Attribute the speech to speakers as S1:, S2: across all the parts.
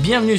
S1: Bienvenue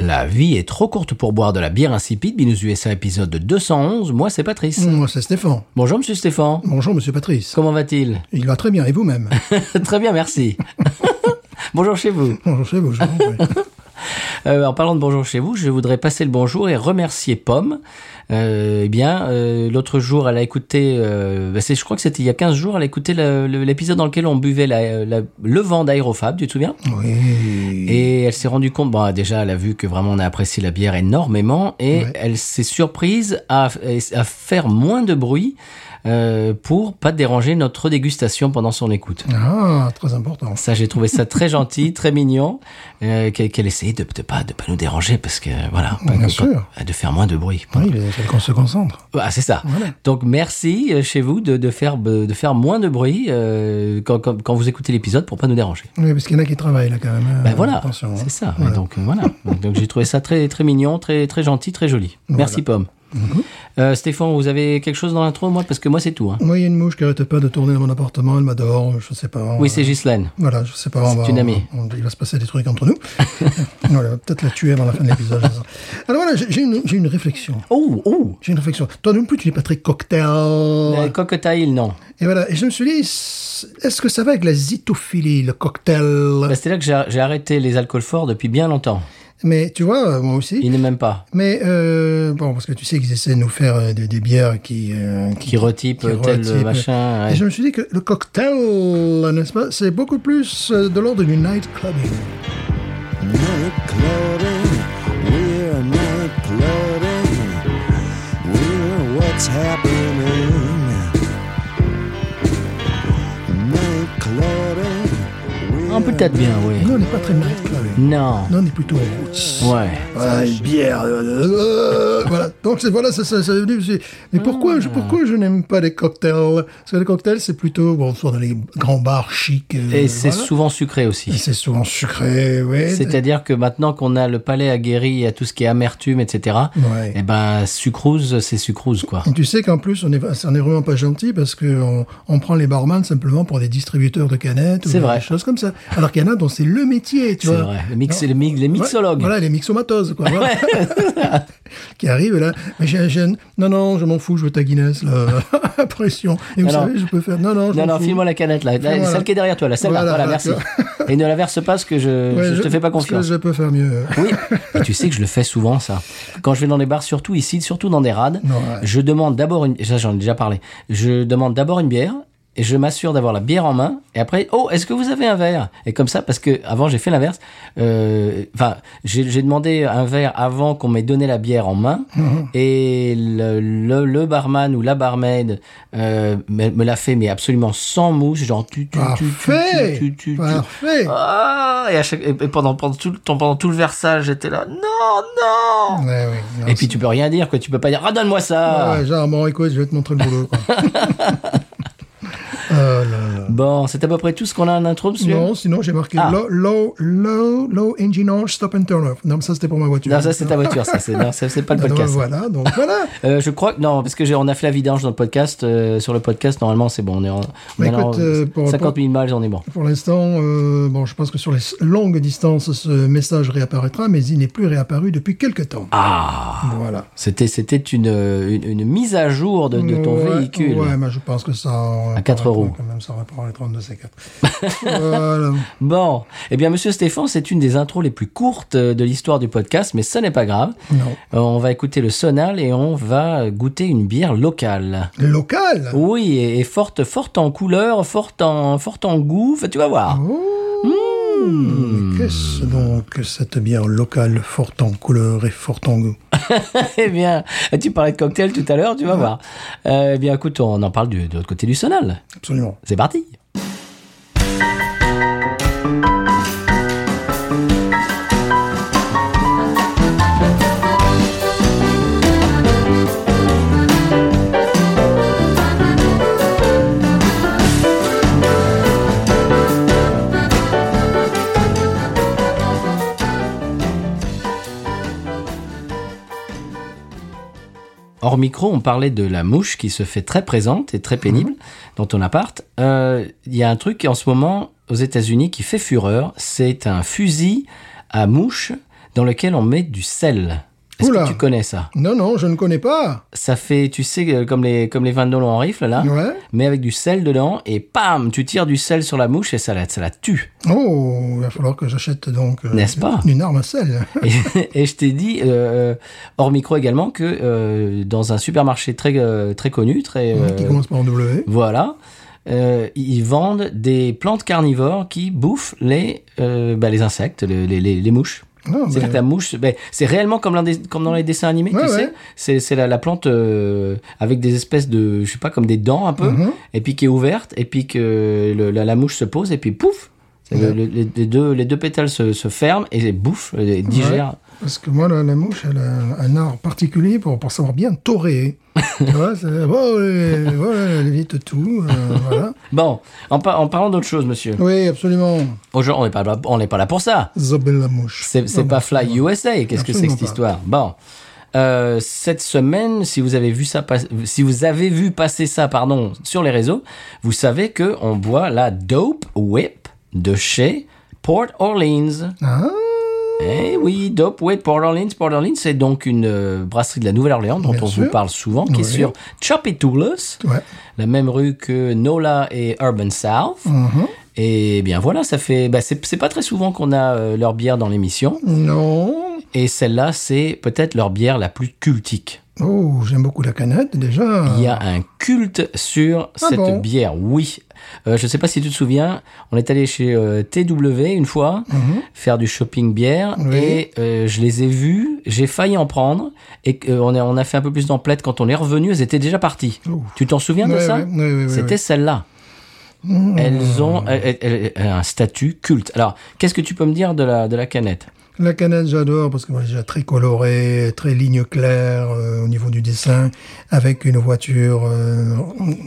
S1: La vie est trop courte pour boire de la bière insipide, Binous USA épisode 211, moi c'est Patrice.
S2: Moi, c'est Stéphane.
S1: Bonjour monsieur Stéphane,
S2: Bonjour, monsieur Patrice.
S1: comment va-t-il
S2: Il va très bien, et vous-même
S1: Très bien, merci. Bonjour chez vous.
S2: Bonjour chez vous, je vous en prie.
S1: Euh, en parlant de bonjour chez vous, je voudrais passer le bonjour et remercier Pomme. Euh, eh bien, euh, l'autre jour, elle a écouté, euh, bah, c'est- je crois que c'était il y a 15 jours, elle a écouté le- le- l'épisode dans lequel on buvait la- la- le vent d'Aérofab, tu te souviens
S2: Oui.
S1: et elle s'est rendue compte, bon, déjà, elle a vu que vraiment on a apprécié la bière énormément et elle s'est surprise à, à faire moins de bruit euh, pour pas déranger notre dégustation pendant son écoute.
S2: Ah, très important.
S1: Ça, j'ai trouvé ça très gentil, très mignon, euh, qu'elle qu'elle essayait de, de pas de pas nous déranger parce que voilà, pas
S2: bien
S1: que-
S2: sûr.
S1: de faire moins de bruit.
S2: Oui, il est- qu'on se concentre.
S1: Ah, c'est ça.
S2: Voilà.
S1: Donc merci euh, chez vous de, de faire de faire moins de bruit euh, quand, quand, quand vous écoutez l'épisode pour pas nous déranger.
S2: Oui, parce qu'il y en a qui travaillent, là, quand même. hein.
S1: Ben voilà,
S2: Attention. hein.
S1: c'est ça. Et Donc euh, voilà. Donc, donc, j'ai trouvé ça très très mignon, très très gentil, très joli. Merci Pomme.
S2: Mhm.
S1: Euh, Stéphane, vous avez quelque chose dans l'intro, moi parce que moi c'est tout. hein.
S2: Moi, il y a une mouche qui arrête pas de tourner dans mon appartement, elle m'adore, je sais pas.
S1: Oui,
S2: euh,
S1: c'est Ghislaine.
S2: Voilà, je sais pas. on va-
S1: une amie.
S2: on- il va se passer des trucs entre nous. voilà, on va peut-être la tuer avant la fin de l'épisode. Alors voilà, j'ai j'ai une, j'ai une réflexion.
S1: Oh oh.
S2: J'ai une réflexion. Toi non plus, tu n'es pas très cocktail.
S1: Euh, Cocktail, non.
S2: Et voilà, et je me suis dit, est-ce que ça va avec la zitophilie, le
S1: Bah,
S2: cocktail
S1: c'est là que j'ai j'ai arrêté les alcools forts depuis bien longtemps.
S2: Mais tu vois, euh, moi aussi.
S1: Il n'est même pas.
S2: Mais euh, bon, parce que tu sais qu'ils essaient de nous faire euh, des, des bières qui... euh,
S1: Qui retype
S2: qui
S1: euh, tel
S2: retypent.
S1: machin. ouais.
S2: Et je me suis dit que le cocktail, n'est-ce pas, c'est beaucoup plus euh, de l'ordre du night clubbing.
S3: Night clubbing, we're night clubbing, we're what's happening. Night clubbing,
S1: Ah, peut-être bien, oui.
S2: Nous, on n'est pas très night clubbing.
S1: Non.
S2: Nous, on est plutôt roots.
S1: Ouais.
S2: Ah, une bière. euh, euh, euh, voilà. Donc c'est voilà, ça, ça, ça est venu, c'est- Mais pourquoi, je, pourquoi je n'aime pas les cocktails Parce que les cocktails, c'est plutôt bon, soit dans les grands bars chics. euh,
S1: Et c'est
S2: voilà.
S1: souvent sucré
S2: Et
S1: aussi.
S2: c'est souvent sucré, ouais.
S1: C'est-à-dire que maintenant qu'on a le palais aguerri à tout ce qui est amertume, etc.,
S2: Ouais.
S1: eh ben, sucrose, c'est sucrose, quoi.
S2: Et tu sais qu'en plus, on est, on est vraiment pas gentil parce que on, on prend les barman simplement pour des distributeurs de canettes ou
S1: C'est
S2: des
S1: vrai.
S2: choses comme ça. Alors qu'il y en a dont c'est le métier, tu
S1: C'est
S2: vois.
S1: vrai. Le mix-
S2: Non.
S1: le mi- les mixologues.
S2: Voilà, les mixomatoses, quoi. Voilà. qui arrivent là. Mais j'ai un jeune. Non, non, je m'en fous, je veux ta Guinness, là. Pression. Et vous
S1: Non, non.
S2: savez, je peux faire. Non, non, je
S1: Non,
S2: m'en
S1: non,
S2: fous.
S1: file-moi la canette, là. La-
S2: File-moi
S1: Celle
S2: la-
S1: qui est derrière toi, là. Celle-là. Voilà,
S2: Voilà,
S1: merci.
S2: tu
S1: Et ne la verse pas parce que je,
S2: Ouais,
S1: je, te fais pas
S2: parce que
S1: confiance.
S2: je peux faire mieux.
S1: Oui, Et tu sais que je le fais souvent ça. Quand je vais dans les bars, surtout ici, surtout dans des rades,
S2: Ouais.
S1: je demande d'abord une. Ça, j'en ai déjà parlé. Je demande d'abord une bière. Et je m'assure d'avoir la bière en main. Et après, oh, est-ce que vous avez un verre Et comme ça, parce que avant j'ai fait l'inverse. euh, Enfin, j'ai j'ai demandé un verre avant qu'on m'ait donné la bière en main. Et le, le, le barman ou la barmaid euh, me, me l'a fait, mais absolument sans mousse. Genre, tu, tu, tu, tu,
S2: Parfait.
S1: tu, tu, tu,
S2: Parfait.
S1: ah, et, à chaque- et- et pendant, pendant, tout, le temps- pendant tout le versage, j'étais là, non, non
S2: Ouais, ouais, non,
S1: Ah. Et puis tu peux rien dire, quoi. Tu peux pas dire, ah, donne-moi ça
S2: Ouais, genre, bon, écoute, je vais te montrer le boulot. Quoi. Euh, là, là.
S1: Bon, c'est à peu près tout ce qu'on a en intro, monsieur
S2: Non, sinon j'ai marqué
S1: Ah.
S2: low, low, low, low engine oil, stop and turn off. Non, mais ça c'était pour ma voiture.
S1: Non, ça, c'est ta voiture, ça. C'est, non, ça, c'est pas le
S2: Ah, donc,
S1: podcast.
S2: Voilà, donc voilà.
S1: Euh, je crois que, non, parce que j'ai, on a fait la vidange dans le podcast. euh, sur le podcast, normalement, c'est bon. On est en, on
S2: Mais
S1: est en
S2: écoute, euh, pour-
S1: 50 000 miles, on est bon.
S2: Pour l'instant, euh, bon, je pense que sur les longues distances, ce message réapparaîtra, mais il n'est plus réapparu depuis quelques temps.
S1: Ah
S2: Voilà.
S1: C'était, c'était une, une, une mise à jour de, de ton
S2: Ouais,
S1: véhicule.
S2: Ouais, mais je pense que ça. en
S1: À 4
S2: réparera
S1: euros.
S2: Quand même, ça réparera les 32 C4. voilà.
S1: Bon, eh bien, Monsieur Stéphane, c'est une des intros les plus courtes euh, de l'histoire du podcast, mais ça n'est pas grave.
S2: Non.
S1: Euh, On va écouter le sonal et on va goûter une bière locale.
S2: Local
S1: Oui, et, et forte, forte en couleur, forte en, forte en goût. Enfin, tu vas voir.
S2: Mais Qu'est-ce donc que cette bière locale, forte en couleur et forte en goût
S1: eh bien, tu parlais de cocktail tout à l'heure, tu vas voir. Euh, eh bien, écoute, on en parle du- de l'autre côté du sonal.
S2: Absolument.
S1: C'est parti. hors micro, on parlait de la mouche qui se fait très présente et très pénible dans ton appart. Euh, Il y a un truc en ce moment aux États-Unis qui fait fureur, c'est un fusil à mouche dans lequel on met du sel. Est-ce
S2: Oula.
S1: que tu connais ça
S2: Non, non, je ne connais pas.
S1: Ça fait, tu sais, euh, comme les, comme les 20 dollars en rifle, là,
S2: Ouais.
S1: mais avec du sel dedans, et pam, tu tires du sel sur la mouche et ça la, ça la tue.
S2: Oh, il va falloir que j'achète donc euh,
S1: N'est-ce pas
S2: une arme à sel. hein,
S1: Et, et je t'ai dit, euh, hors micro également, que euh, dans un supermarché très, euh, très connu, très. euh,
S2: Qui commence par en W.
S1: voilà, euh, ils vendent des plantes carnivores qui bouffent les, euh, bah, les insectes, les, les- les- les mouches.
S2: Non,
S1: C'est-à-dire que la mouche, ben, c'est réellement comme, l'un des- comme dans les dessins animés,
S2: Ah Ouais,
S1: tu
S2: ouais.
S1: sais. C'est, c'est la, la plante euh, avec des espèces de, je sais pas, comme des dents un peu,
S2: Mm-hmm. mhm.
S1: et puis qui est ouverte, et puis que le- la, la mouche se pose, et puis pouf c'est le- le- les, les deux, les deux pétales se, se ferment et les bouffent, et digèrent.
S2: Parce que moi, la, la mouche, elle a un un art particulier pour, pour savoir bien torer. tu vois, c'est, bon, euh, voilà, elle évite tout. euh, voilà.
S1: Bon, en, par- en parlant d'autre chose, monsieur,
S2: Oui, absolument.
S1: aujourd'hui, on n'est pas, là- on n'est pas là pour ça.
S2: Zobel la mouche. Ah,
S1: C'est, c'est
S2: Non,
S1: pas
S2: non,
S1: Fly
S2: non.
S1: USA, qu'est-ce que c'est que
S2: Absolument
S1: cette
S2: pas.
S1: histoire Bon. Euh, cette semaine, si vous avez vu ça, pas- si vous avez vu passer ça, pardon, sur les réseaux, vous savez que on boit la Dope Whip de chez Port Orleans.
S2: Ah,
S1: Eh oui, Dope Whip Port Orleans. Port Orleans, c'est donc une euh, brasserie de la Nouvelle-Orléans dont
S2: Bien
S1: on
S2: sûr.
S1: vous parle souvent, qui est
S2: Oui.
S1: sur Chapetoulas,
S2: ouais.
S1: la même rue que Nola et Urban South.
S2: Mhm.
S1: Et bien voilà, ça fait, bah, c'est c'est pas très souvent qu'on a euh, leur bière dans l'émission.
S2: Non.
S1: Et celle-là, c'est peut-être leur bière la plus cultique.
S2: Oh, j'aime beaucoup la canette, déjà.
S1: Il y a un culte sur cette
S2: Ah. bon
S1: bière, oui. Euh, je ne sais pas si tu te souviens, on est allé chez euh, TW une fois faire du shopping bière
S2: Mhm. Oui.
S1: et euh, je les ai vus, j'ai failli en prendre et que, euh, on, a, on a fait un peu plus d'emplette quand on est revenu, elles étaient déjà parties.
S2: Ouf.
S1: Tu t'en souviens de
S2: Oh. Ouais,
S1: ça
S2: ouais, ouais, Mhm. ouais, ouais,
S1: C'était
S2: ouais.
S1: celle-là. Elles ont elles- elles- elles- un statut culte. Alors, qu'est-ce que tu peux me dire de la, de la canette
S2: La canette, j'adore parce que moi, déjà très colorée, très ligne claire euh, au niveau du dessin, avec une voiture, euh,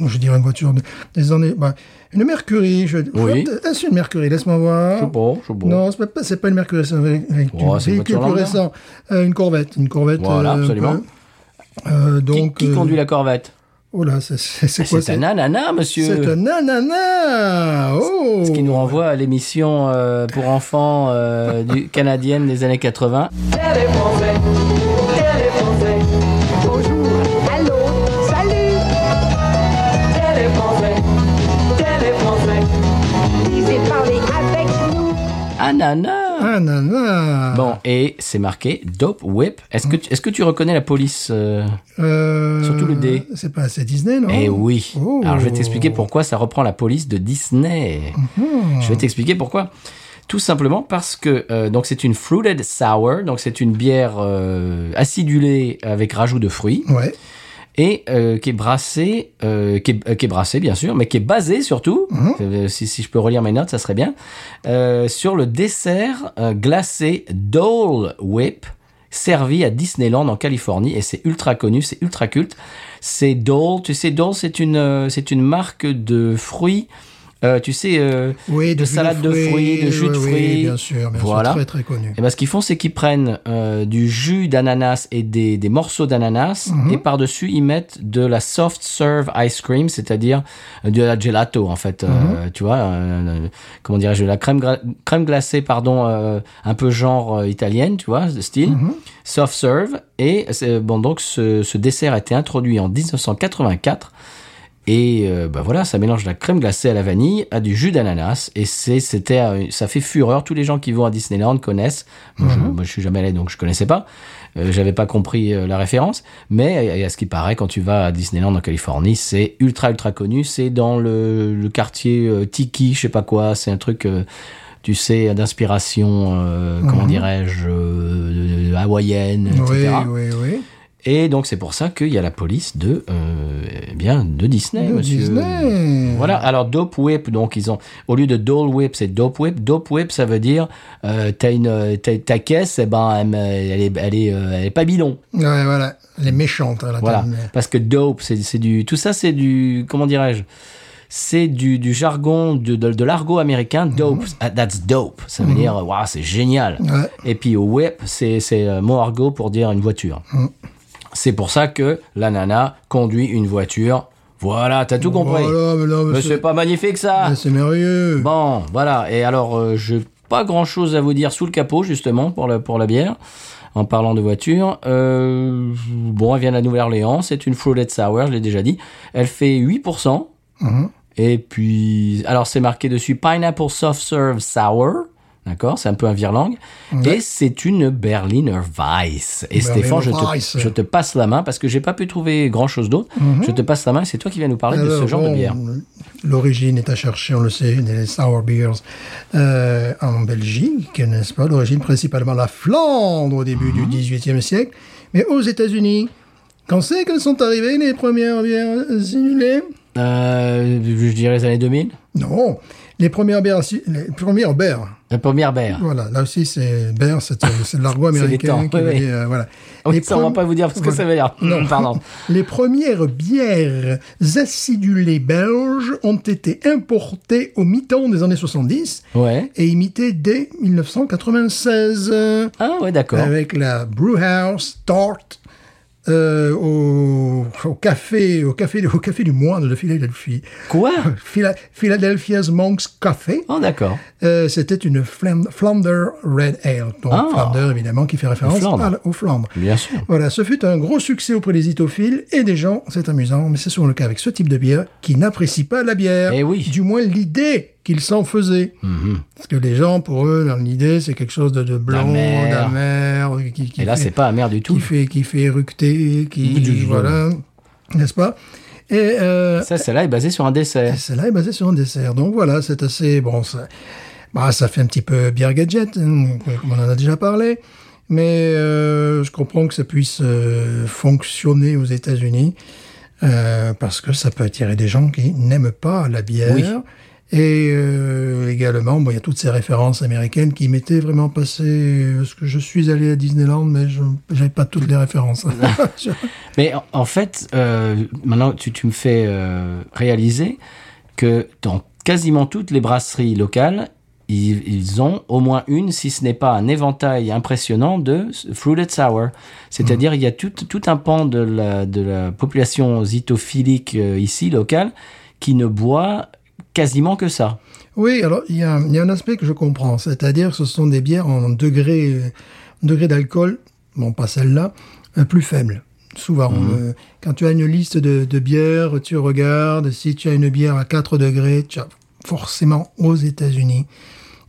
S2: je dirais une voiture de- des années, bah, une Mercury. Je,
S1: Oui.
S2: Est-ce une Mercury Laisse-moi voir.
S1: bon, je
S2: Non, c'est pas, c'est pas une Mercury, c'est un vé- véhicule,
S1: Oh, c'est une
S2: véhicule
S1: voiture
S2: plus
S1: lambda.
S2: récent, Euh, une Corvette, une Corvette.
S1: Voilà,
S2: euh,
S1: absolument.
S2: euh,
S1: Qui-
S2: donc,
S1: qui,
S2: euh,
S1: conduit la corvette Ah,
S2: Oh là, c'est c'est- c'est quoi
S1: C'est un ananas, monsieur.
S2: C'est un ananas. Oh.
S1: Ce qui nous renvoie à l'émission euh, pour enfants euh, du, canadienne des années 80.
S4: Téléphonez, téléphonez. Bonjour, allô, salut. Téléphonez, téléphonez. Lisez, parlez avec nous.
S2: Ah.
S1: Ananas
S2: Ananas.
S1: Bon, et c'est marqué Dope Whip. Est-ce que, tu- est-ce que tu reconnais la police euh
S2: Euh,
S1: Surtout le dé.
S2: C'est pas assez Disney, non
S1: Eh oui.
S2: Oh.
S1: Alors je vais t'expliquer pourquoi ça reprend la police de Disney.
S2: Mm-hmm.
S1: Je vais t'expliquer pourquoi. Tout simplement parce que euh, donc c'est une fruited sour, donc c'est une bière euh, acidulée avec rajout de fruits.
S2: Ouais.
S1: et euh, qui est brassé, euh, qui, est, euh, qui est brassé bien sûr, mais qui est basé surtout, euh, si, si je peux relire mes notes, ça serait bien, euh, sur le dessert euh, glacé Dole Whip servi à Disneyland en Californie et c'est ultra connu, c'est ultra culte. C'est Dole, tu sais, Dole c'est une, euh, c'est une marque de fruits, euh, tu sais, euh,
S2: Oui,
S1: de
S2: jus
S1: salade de fruits, de jus de
S2: oui, oui,
S1: fruits.
S2: bien sûr, bien
S1: Voilà.
S2: sûr, très très connu.
S1: Et ben, ce qu'ils font, c'est qu'ils prennent euh, du jus d'ananas et des, des morceaux d'ananas, et par-dessus, ils mettent de la soft serve ice cream, c'est-à-dire euh, de la gelato, en fait. euh, tu vois, euh, comment dirais-je, de la crème, gra- crème glacée, pardon, euh, un peu genre euh, italienne, tu vois, de style, soft serve. Et c'est- bon, donc, ce, ce dessert a été introduit en 1984. Et euh, bah voilà, ça mélange la crème glacée à la vanille à du jus d'ananas. Et c'est, c'était, euh, ça fait fureur. Tous les gens qui vont à Disneyland connaissent. Moi, je, moi, je suis jamais allé, donc je connaissais pas. Euh, j'avais pas compris euh, la référence. Mais euh, à ce qui paraît, quand tu vas à Disneyland en Californie, c'est ultra ultra connu. C'est dans le, le quartier euh, Tiki, je sais pas quoi. C'est un truc. euh, tu sais, d'inspiration, euh, comment dirais-je, euh, hawaïenne, etc.
S2: Oui, oui, oui.
S1: Et donc c'est pour ça qu'il y a la police de, euh, eh bien, de Disney,
S2: De
S1: monsieur.
S2: Disney.
S1: Voilà. Alors Dope Whip, donc ils ont au lieu de Dole Whip, c'est Dope Whip. Dope Whip, ça veut dire euh, t'as une euh, t'as- ta caisse, eh ben elle, me- elle est elle est, euh, elle est pas bidon.
S2: Ouais, voilà, les méchantes à la
S1: Voilà.
S2: table.
S1: Parce que dope, c'est c'est du tout ça, c'est du comment dirais-je c'est du, du jargon de, de, de l'argot américain dope Ah, that's dope ça veut dire waouh c'est génial
S2: Mhm. Ouais. Mhm.
S1: et puis whip c'est c'est euh, mot argot pour dire une voiture C'est pour ça que la nana conduit une voiture. Voilà, t'as tout compris.
S2: Voilà, Oh mais non, mais
S1: mais
S2: c'est-
S1: c'est pas magnifique ça.
S2: mais c'est merveilleux.
S1: Bon, voilà. Et alors, euh, je pas grand chose à vous dire sous le capot, justement, pour la, pour la bière, en parlant de voiture. Euh, bon, elle vient de la Nouvelle-Orléans. C'est une Fruited Sour, je l'ai déjà dit. Elle fait 8%.
S2: Mhm.
S1: Et puis, alors, c'est marqué dessus Pineapple Soft Serve Sour. D'accord, c'est un peu un virlang. Et c'est une Berliner Weiss. Et Stéphane, je
S2: Weiss.
S1: te, je te passe la main parce que j'ai pas pu trouver grand chose d'autre. Je te passe la main et c'est toi qui viens nous parler de
S2: Alors,
S1: ce genre
S2: Euh, bon,
S1: de bière.
S2: L'origine est à chercher, on le sait, des sour beers euh, en Belgique, n'est-ce pas L'origine principalement la Flandre au début
S1: Mhm.
S2: du XVIIIe siècle, mais aux États-Unis. Quand c'est qu'elles sont arrivées les premières bières simulées
S1: Euh, je dirais les années 2000.
S2: Non, les premières bières, assi- les premières bières.
S1: La première bière.
S2: Voilà, là aussi c'est bière, c'est euh, c'est de l'argot
S1: C'est les
S2: américain
S1: temps,
S2: qui
S1: oui,
S2: veut
S1: oui. Ah
S2: dire, euh, voilà.
S1: Oui,
S2: Les
S1: ça, on va
S2: premi-
S1: pas vous dire ce que
S2: Voilà.
S1: ça veut dire. Non, pardon.
S2: Les premières bières acidulées belges ont été importées au mi-temps des années 70
S1: Ouais.
S2: et imitées dès 1996 euh,
S1: Ah ouais, d'accord.
S2: avec la Brewhouse Tart euh, au, au café au café au café du moine de Philadelphie.
S1: Quoi
S2: Phila- Philadelphia's Monk's Café.
S1: Oh, d'accord.
S2: Euh, c'était une Flam- Flounder Red Ale. Donc,
S1: Ah.
S2: Flounder, évidemment, qui fait référence
S1: Flandre.
S2: à la- aux Flandres.
S1: Bien sûr.
S2: Voilà, ce fut un gros succès auprès des itophiles et des gens, c'est amusant, mais c'est souvent le cas avec ce type de bière, qui n'apprécient pas la bière.
S1: Eh oui. Mhm.
S2: Du moins l'idée qu'ils s'en faisaient. Parce que les gens, pour eux, dans l'idée, c'est quelque chose de, de blanc,
S1: D'amer.
S2: d'amer. Qui, qui
S1: Et là,
S2: fait-
S1: c'est pas amer du
S2: Qui
S1: tout.
S2: fait, qui fait éructer, qui.
S1: Du- du-
S2: voilà. N'est-ce pas? Et euh,
S1: Ça, celle-là est basée sur un
S2: et
S1: dessert.
S2: celle-là est basée sur un dessert. Donc voilà, c'est assez. Bon, ça, bah, ça fait un petit peu bière gadget, hein, comme on en a déjà parlé. Mais euh, je comprends que ça puisse euh, fonctionner aux États-Unis, euh, parce que ça peut attirer des gens qui n'aiment pas la bière.
S1: Oui.
S2: Et euh, également, bon, il y a toutes ces références américaines qui m'étaient vraiment passées. euh, Parce que je suis allé à Disneyland, mais je n'avais pas toutes les références.
S1: Mais en, en fait, euh, maintenant, tu, tu me fais euh, réaliser que dans quasiment toutes les brasseries locales, ils, ils ont au moins une, si ce n'est pas un éventail impressionnant de s- fruited sour. C'est-à-dire, il y a tout, tout un pan de la, de la population zitophilique euh, ici, locale, qui ne boit quasiment que ça.
S2: Oui, alors il y, a un- il y a un aspect que je comprends, c'est-à-dire que ce sont des bières en degré, euh, degré d'alcool, bon pas celle-là, euh, plus faible. Souvent, euh, quand tu as une liste de, de bières, tu regardes, si tu as une bière à 4 degrés, tu as forcément aux États-Unis,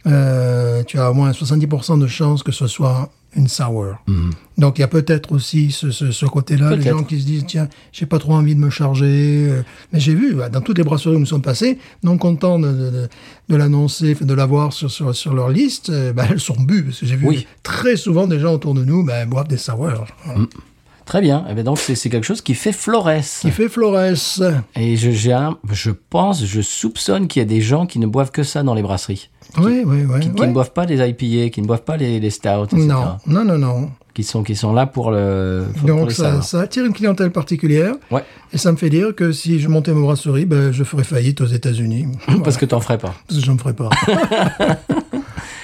S2: euh, tu as au moins 70% de chances que ce soit une sour. Donc il y a peut-être aussi ce, ce- ce côté-là, les
S1: Peut-être.
S2: gens qui se disent tiens, j'ai pas trop envie de me charger. euh, Mais j'ai vu bah, dans toutes les brasseries où nous sommes passés, non contents de, de, de- de l'annoncer, de l'avoir sur, sur, sur leur liste, euh, bah, elles sont bues parce que j'ai vu
S1: Oui.
S2: très souvent des gens autour de nous bah, boivent des sours. Voilà.
S1: Très bien. Eh bien, donc, c'est c'est quelque chose qui fait florès.
S2: Qui fait Flores
S1: Et je, j'ai un- je pense, je soupçonne qu'il y a des gens qui ne boivent que ça dans les brasseries.
S2: Oui, oui, oui.
S1: Qui, qui
S2: oui.
S1: ne boivent pas les IPA, qui ne boivent pas les, les stouts, etc.
S2: Non, non, non, non.
S1: Qui, sont, qui sont là pour le. pour- pour
S2: Donc
S1: les
S2: ça,
S1: saveurs.
S2: ça attire une clientèle particulière
S1: Ouais,
S2: et ça me fait dire que si je montais ma brasserie, ben, je ferais faillite aux États-Unis. Voilà.
S1: parce que t'en ferais pas.
S2: Parce que j'en ferai pas.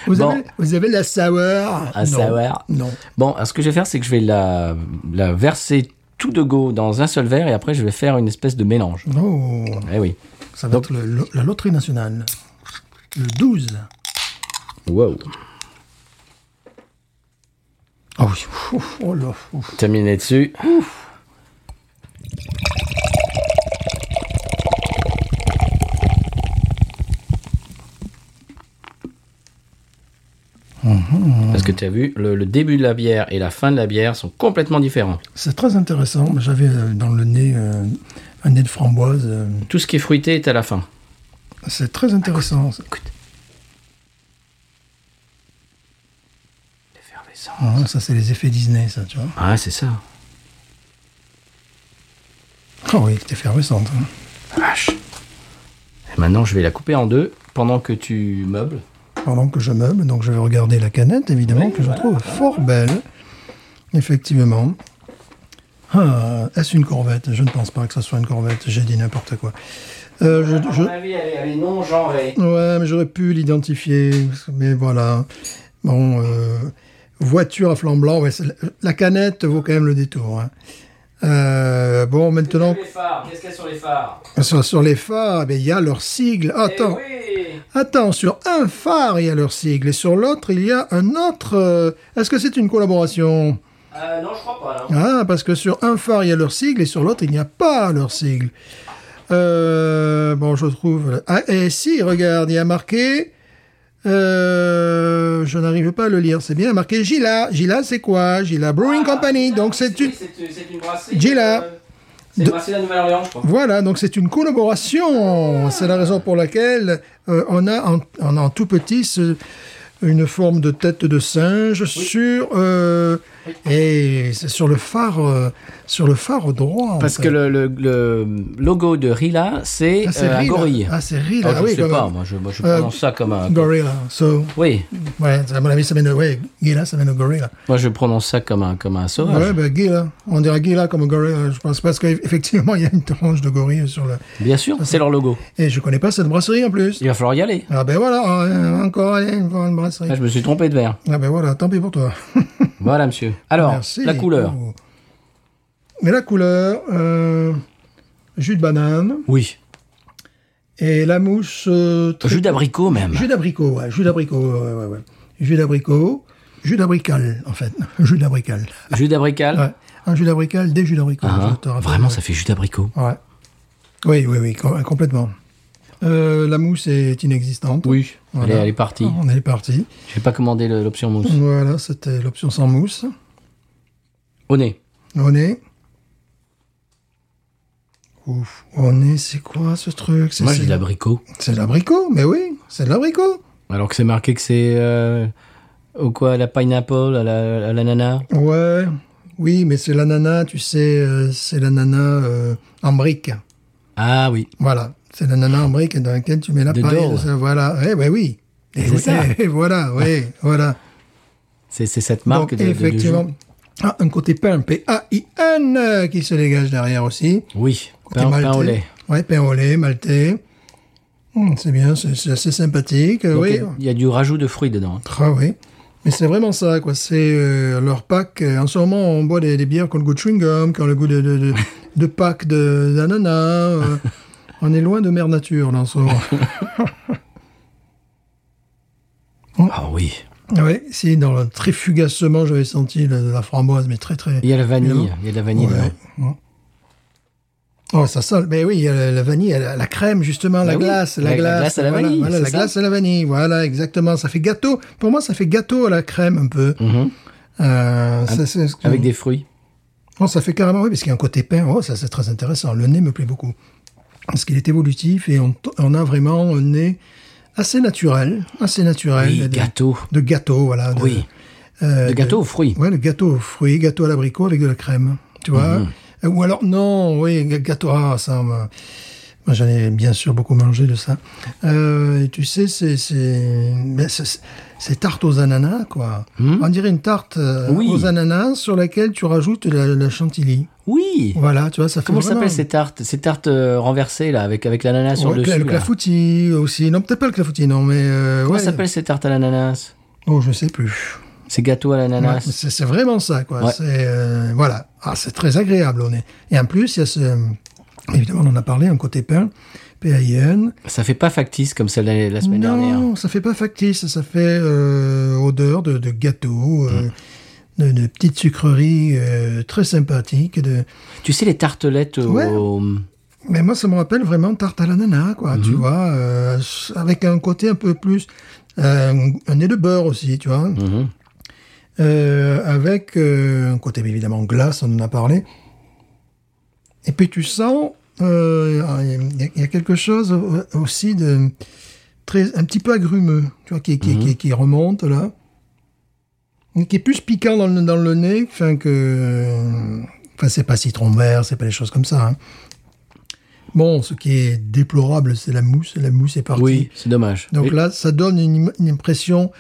S2: vous,
S1: Bon.
S2: avez, vous avez la sour La
S1: sour.
S2: Non.
S1: Bon, alors, ce que je vais faire, c'est que je vais la, la verser tout de go dans un seul verre et après je vais faire une espèce de mélange.
S2: Oh,
S1: Eh oui.
S2: ça va être le- le- la loterie nationale. Le 12.
S1: Wow.
S2: Ah oui. Ouf, oh là. ouf.
S1: Terminé dessus. Parce que tu as vu, le, le début de la bière et la fin de la bière sont complètement différents.
S2: C'est très intéressant. J'avais euh, dans le nez euh, un nez de framboise. euh,
S1: Tout ce qui est fruité est à la fin.
S2: C'est très intéressant. Ah, ça, c'est les effets Disney, ça, tu vois.
S1: Ah, c'est ça.
S2: Ah oui, c'est effervescente. hein.
S1: Vache. Et maintenant, je vais la couper en deux pendant que tu meubles.
S2: Pendant que je meuble, donc je vais regarder la canette, évidemment, que je trouve fort belle. Effectivement. Ah, est-ce une corvette Je ne pense pas que ce soit une corvette, j'ai dit n'importe quoi. Euh, je- je-
S1: avis, Ah elle est, non genrée.
S2: Ouais, mais j'aurais pu l'identifier, mais voilà. Bon, euh, voiture à flanc blanc, ouais, c'est- la canette vaut quand même le détour. hein. Euh, bon, maintenant,
S1: phares, qu'est-ce qu'il y a sur les phares
S2: sur, sur les phares, eh bien, il y a leur sigle. Attends, attends, sur un phare, il y a leur sigle, et sur l'autre, il y a un autre. euh, Est-ce que c'est une collaboration
S1: Non, je crois pas.
S2: Ah, parce que sur un phare, il y a leur sigle, et sur l'autre, il n'y a pas leur sigle. Euh, bon, je trouve... Ah, et si, regarde, il y a marqué... Euh, je n'arrive pas à le lire, c'est bien marqué Gila. Gila, c'est quoi Gila Brewing Company. Donc c'est une...
S1: C'est une brasserie.
S2: Gila.
S1: euh, C'est une
S2: hein De-
S1: brasserie de la Nouvelle-Orléans, je crois.
S2: Voilà, donc c'est une collaboration. C'est la raison pour laquelle euh, on a en, on a en tout petit ce- une forme de tête de singe sur euh, et c'est sur le phare euh, sur le phare droit. en
S1: Parce
S2: fait.
S1: que le, le- le logo de Rila, c'est
S2: Ah, c'est
S1: euh, un
S2: Rila.
S1: gorille.
S2: Ah, c'est Rila.
S1: Oh, je
S2: Ah oui,
S1: sais
S2: quand
S1: pas,
S2: même.
S1: moi je, moi, je
S2: Euh,
S1: prononce ça comme un.
S2: gorilla. So
S1: Oui,
S2: ouais, à mon avis ça mène ouais, Gila ça mène au gorilla.
S1: moi je prononce ça comme un, comme un sauvage.
S2: Ouais, ben, Gila, on dirait Gila comme gorilla, je pense parce qu'effectivement il y a une tranche de gorille sur le
S1: Bien sûr,
S2: Ah,
S1: c'est leur logo.
S2: et je connais pas cette brasserie en plus.
S1: Il va falloir y aller.
S2: Ah ben voilà, euh, encore une fois une brasserie.
S1: Ah, je me suis trompé de verre.
S2: Ah ben voilà, tant pis pour toi.
S1: Voilà, monsieur. Alors,
S2: Merci.
S1: la couleur.
S2: Oh. Mais la couleur, euh, jus de banane
S1: Oui.
S2: et la mousse. euh, très-
S1: Jus d'abricot, même.
S2: Jus d'abricot, ouais, jus d'abricot, ouais, ouais, ouais. Jus d'abricot, jus d'abrical en fait, jus d'abrical.
S1: Jus d'abrical.
S2: Ouais. Un jus d'abrical, des jus d'abricot.
S1: Ah,
S2: je te rappelle.
S1: vraiment, ça fait jus d'abricot.
S2: Ouais. Oui, oui, oui, com- complètement. Euh, la mousse est inexistante.
S1: Oui.
S2: Voilà. Mm.
S1: Elle, est, elle est partie.
S2: On est parti.
S1: J'ai pas commandé le- l'option mousse.
S2: Voilà, c'était l'option sans mousse.
S1: Au nez.
S2: On est. Ouf. On est, c'est quoi ce truc C'est
S1: Moi, j'ai de
S2: c'est-
S1: l'abricot.
S2: c'est de l'abricot, mais oui, c'est de l'abricot.
S1: Alors que c'est marqué que c'est. euh, au quoi, à la pineapple, à la, à l'ananas.
S2: Ouais, oui, mais c'est l'ananas, tu sais, euh, c'est l'ananas euh, en brique.
S1: Ah oui.
S2: Voilà, c'est l'ananas en brique dans laquelle tu mets la
S1: De
S2: paille.
S1: Dole.
S2: ça, Voilà, eh ben oui. Et
S1: C'est
S2: oui,
S1: ça.
S2: eh, voilà, oui, voilà.
S1: C'est c'est cette marque
S2: Donc,
S1: de, de- de jus.
S2: effectivement, ah, un côté pain, P-A-I-N, euh, qui se dégage derrière aussi.
S1: Oui.
S2: Côté
S1: Pain, pain
S2: maltais.
S1: au lait.
S2: Ouais, pain au lait, maltais. Hum, c'est bien, c'est c'est assez sympathique. euh,
S1: Donc,
S2: oui.
S1: Il y a du rajout de fruits dedans.
S2: Ah oui. Mais c'est vraiment ça, quoi. C'est euh, leur pack. Euh, En ce moment, on boit des, des bières qui ont le goût de chewing-gum, qui ont le goût de, de, de, de pack de- d'ananas. euh. on est loin de mère nature, là, en ce moment. Oh.
S1: Ah oui.
S2: Ah oui, si, dans le très fugacement, j'avais senti la, la framboise, mais très, très...
S1: Il y a la vanille.
S2: Évidemment.
S1: Il y a de la vanille
S2: Ouais.
S1: dedans.
S2: Oh, ça sent. Mais oui, il y a la, la vanille, la, la crème, justement, la
S1: Ben oui,
S2: glace.
S1: la-
S2: La,
S1: la
S2: glace,
S1: glace à la
S2: voilà,
S1: vanille,
S2: Voilà,
S1: c'est
S2: la
S1: ça.
S2: glace à la vanille. Voilà, exactement. Ça fait gâteau. Pour moi, ça fait gâteau à la crème, un peu. Euh, ça, c'est ce que-
S1: Mhm. Avec des fruits.
S2: Oh, ça fait carrément, oui, parce qu'il y a un côté pain. Oh, ça, c'est très intéressant. Le nez me plaît beaucoup. Parce qu'il est évolutif et on, on a vraiment un nez assez naturel. Assez naturel.
S1: Oui,
S2: de,
S1: gâteau.
S2: de gâteau, voilà. de-
S1: Oui.
S2: euh,
S1: De gâteau aux fruits.
S2: Ouais, le gâteau aux fruits, gâteau à l'abricot avec de la crème, tu vois.
S1: Mhm.
S2: Euh, Ou alors, non, oui, g- gâteau, ah, ça, moi, moi, j'en ai bien sûr beaucoup mangé de ça. Euh, et tu sais, c'est, c'est, ben, c'est- c'est tarte aux ananas, quoi. On dirait une tarte euh,
S1: Mhm. Oui.
S2: aux ananas sur laquelle tu rajoutes la, la chantilly.
S1: Oui.
S2: Voilà, tu vois, ça fait
S1: Comment
S2: vraiment-
S1: s'appellent ces tartes Ces tartes euh, renversées, là, avec, avec l'ananas sur
S2: Ouais,
S1: le
S2: cla-
S1: dessus.
S2: le
S1: là.
S2: clafoutis aussi. Non, peut-être pas le clafoutis, non, mais... Euh,
S1: Comment
S2: ouais.
S1: s'appellent ces tartes à l'ananas
S2: Oh, je sais plus.
S1: Ces gâteaux à
S2: Ouais,
S1: l'ananas
S2: c'est c'est vraiment ça, quoi.
S1: Ouais.
S2: C'est euh, voilà. Ah, c'est très agréable, on est. Et en plus, il y a ce, évidemment, on en a parlé, un côté pain, P-A-I-N.
S1: Ça fait pas factice comme celle de la semaine dernière.
S2: Non, ça fait pas factice, ça fait euh, odeur de, de gâteau, euh,
S1: Mm.
S2: de, de petites sucreries euh, très sympathiques. De...
S1: Tu sais, les tartelettes au-
S2: Ouais.
S1: au...
S2: Mais moi, ça me rappelle vraiment tarte à l'ananas, quoi.
S1: Mm-hmm.
S2: Tu vois, euh, avec un côté un peu plus euh, un nez de beurre aussi, tu vois.
S1: Mhm.
S2: Euh, avec euh, un côté évidemment glace, on en a parlé. Et puis tu sens, euh, il y, a- il y a quelque chose au- aussi de très un petit peu agrumeux, tu vois, qui, qui, qui, qui remonte là, Et qui est plus piquant dans le, dans le nez, enfin que, enfin c'est pas citron vert, c'est pas des choses comme ça. hein. Bon, ce qui est déplorable, c'est la mousse. La mousse est partie.
S1: Oui, c'est dommage.
S2: Donc
S1: Et-
S2: là, ça donne une, im- une impression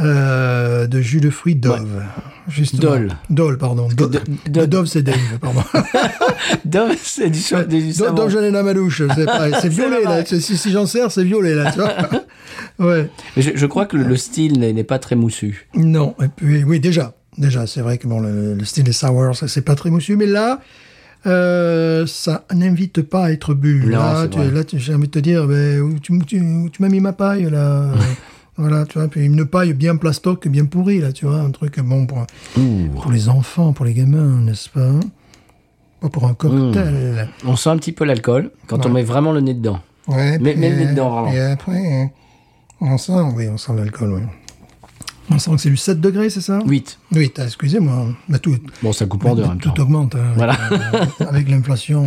S2: euh, de jus de fruits Dove. Justement.
S1: Dole.
S2: Dole, pardon.
S1: que
S2: Dove,
S1: de-
S2: Le
S1: de-
S2: Dove, c'est Dave, pardon.
S1: Dove, c'est du, cho- du
S2: Dove,
S1: savon.
S2: Dove, j'en ai dans ma douche. C'est pareil. C'est violet, là.
S1: vrai.
S2: C'est- Si, si j'en sers, c'est violet, là, tu vois. ouais.
S1: Mais je, je crois que le, le style n'est n'est pas très moussu.
S2: Non. Et puis, oui, déjà. Déjà, c'est vrai que bon, le, le style des sours, ça, c'est pas très moussu. Mais là, euh, ça n'invite pas à être bu.
S1: Non,
S2: là,
S1: c'est
S2: tu-
S1: vrai.
S2: là, tu- j'ai envie de te dire, ben, où tu, où tu- où tu m'as mis ma paille, là. Euh, voilà, tu vois, puis une paille bien plastoc, bien pourrie, là, tu vois, un truc bon pour, pour les enfants, pour les gamins, n'est-ce pas hein? Pas pour un cocktail.
S1: On sent un petit peu l'alcool quand on met vraiment le nez dedans.
S2: Ouais,
S1: Mais-
S2: puis,
S1: mais Mmh. le nez
S2: euh,
S1: dedans, vraiment.
S2: Et après, euh, on sent, oui, on sent l'alcool, oui. On sent que c'est du 7 degrés, c'est ça
S1: 8.
S2: Oui, t'as- excusez-moi. Bah, tout,
S1: Bon, ça coupe en deux en même
S2: tout
S1: temps.
S2: augmente. hein,
S1: Voilà.
S2: avec, euh, avec l'inflation.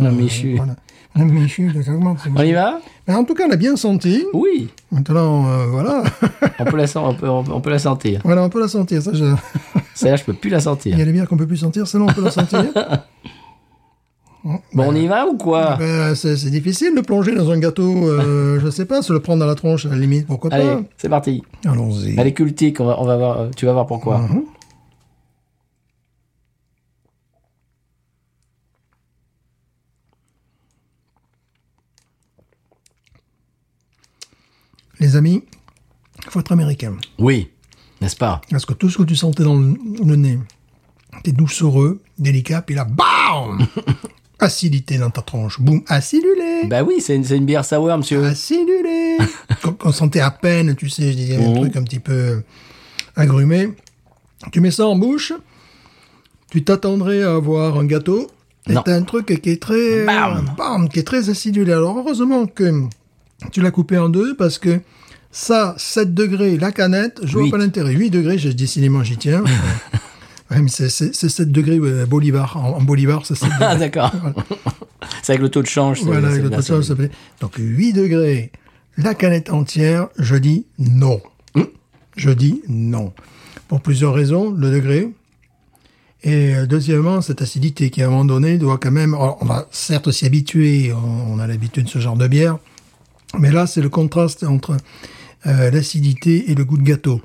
S1: La
S2: euh,
S1: Michu.
S2: voilà. La Michu, donc, ça augmente. c'est
S1: On y
S2: bien.
S1: va
S2: Mais en tout cas, on l'a bien senti.
S1: Oui.
S2: Maintenant, euh, voilà.
S1: On peut, la, sen- on peut, on peut la sentir.
S2: voilà, on peut la sentir. Ça, je-
S1: Ça, là, je peux plus la sentir.
S2: Il y a des bières qu'on peut plus sentir, celle-là, on peut la sentir.
S1: Bon, on y va ou quoi
S2: Ben, c'est c'est difficile de plonger dans un gâteau, euh, je sais pas, se le prendre dans la tronche, à la limite, pourquoi
S1: Allez, c'est parti.
S2: pas. Allons-y.
S1: Elle est cultique, on va, on va voir, euh, tu vas voir pourquoi.
S2: Mm. Les amis, faut être américain.
S1: Oui, n'est-ce pas
S2: Parce que tout ce que tu sentais dans le, le nez, t'es doucereux, délicat, puis là, BAM Acidité dans ta tronche. Boum, acidulé
S1: Bah oui, c'est une, c'est une bière sour, monsieur.
S2: Ah, Acidulé Qu'on qu'on sentait à peine, tu sais, je disais un
S1: Oh.
S2: truc un petit peu agrumé. Tu mets ça en bouche, tu t'attendrais à avoir un gâteau, et
S1: Non.
S2: t'as un truc qui est très...
S1: Bam
S2: Bam Qui est très acidulé. Alors heureusement que tu l'as coupé en deux, parce que ça, 7 degrés, la canette, je vois
S1: Huit.
S2: pas l'intérêt. 8 degrés, j'ai décidément, j'y tiens. Ouais, mais c'est c'est- c'est 7 degrés euh, Bolivar. En, en Bolivar, c'est 7 degrés.
S1: Ah, d'accord. c'est avec le taux de change. c'est-
S2: Voilà,
S1: c'est
S2: avec le
S1: bien,
S2: total,
S1: c'est-
S2: s'il vous plaît. Donc 8 degrés, la canette entière, je dis non. Je dis non. Pour plusieurs raisons, le degré. Et euh, deuxièmement, cette acidité qui, à un moment donné, doit quand même... alors, on va certes s'y habituer, on, on a l'habitude de ce genre de bière, mais là, c'est le contraste entre euh, l'acidité et le goût de gâteau.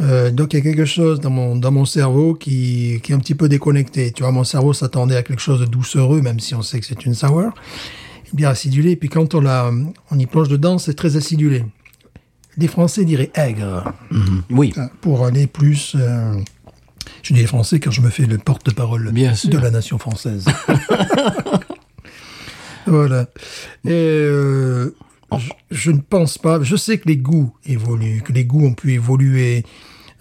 S2: Euh, donc il y a quelque chose dans mon dans mon cerveau qui qui est un petit peu déconnecté. Tu vois, mon cerveau s'attendait à quelque chose de doucereux, même si on sait que c'est une sour, bien acidulé. Et puis quand on la on y plonge dedans, c'est très acidulé. Les Français diraient aigre
S1: Oui,
S2: pour aller plus. euh, je dis les Français car je me fais le porte-parole
S1: Bien sûr.
S2: de la nation française. voilà. Et euh, je, je ne pense pas. Je sais que les goûts évoluent, que les goûts ont pu évoluer.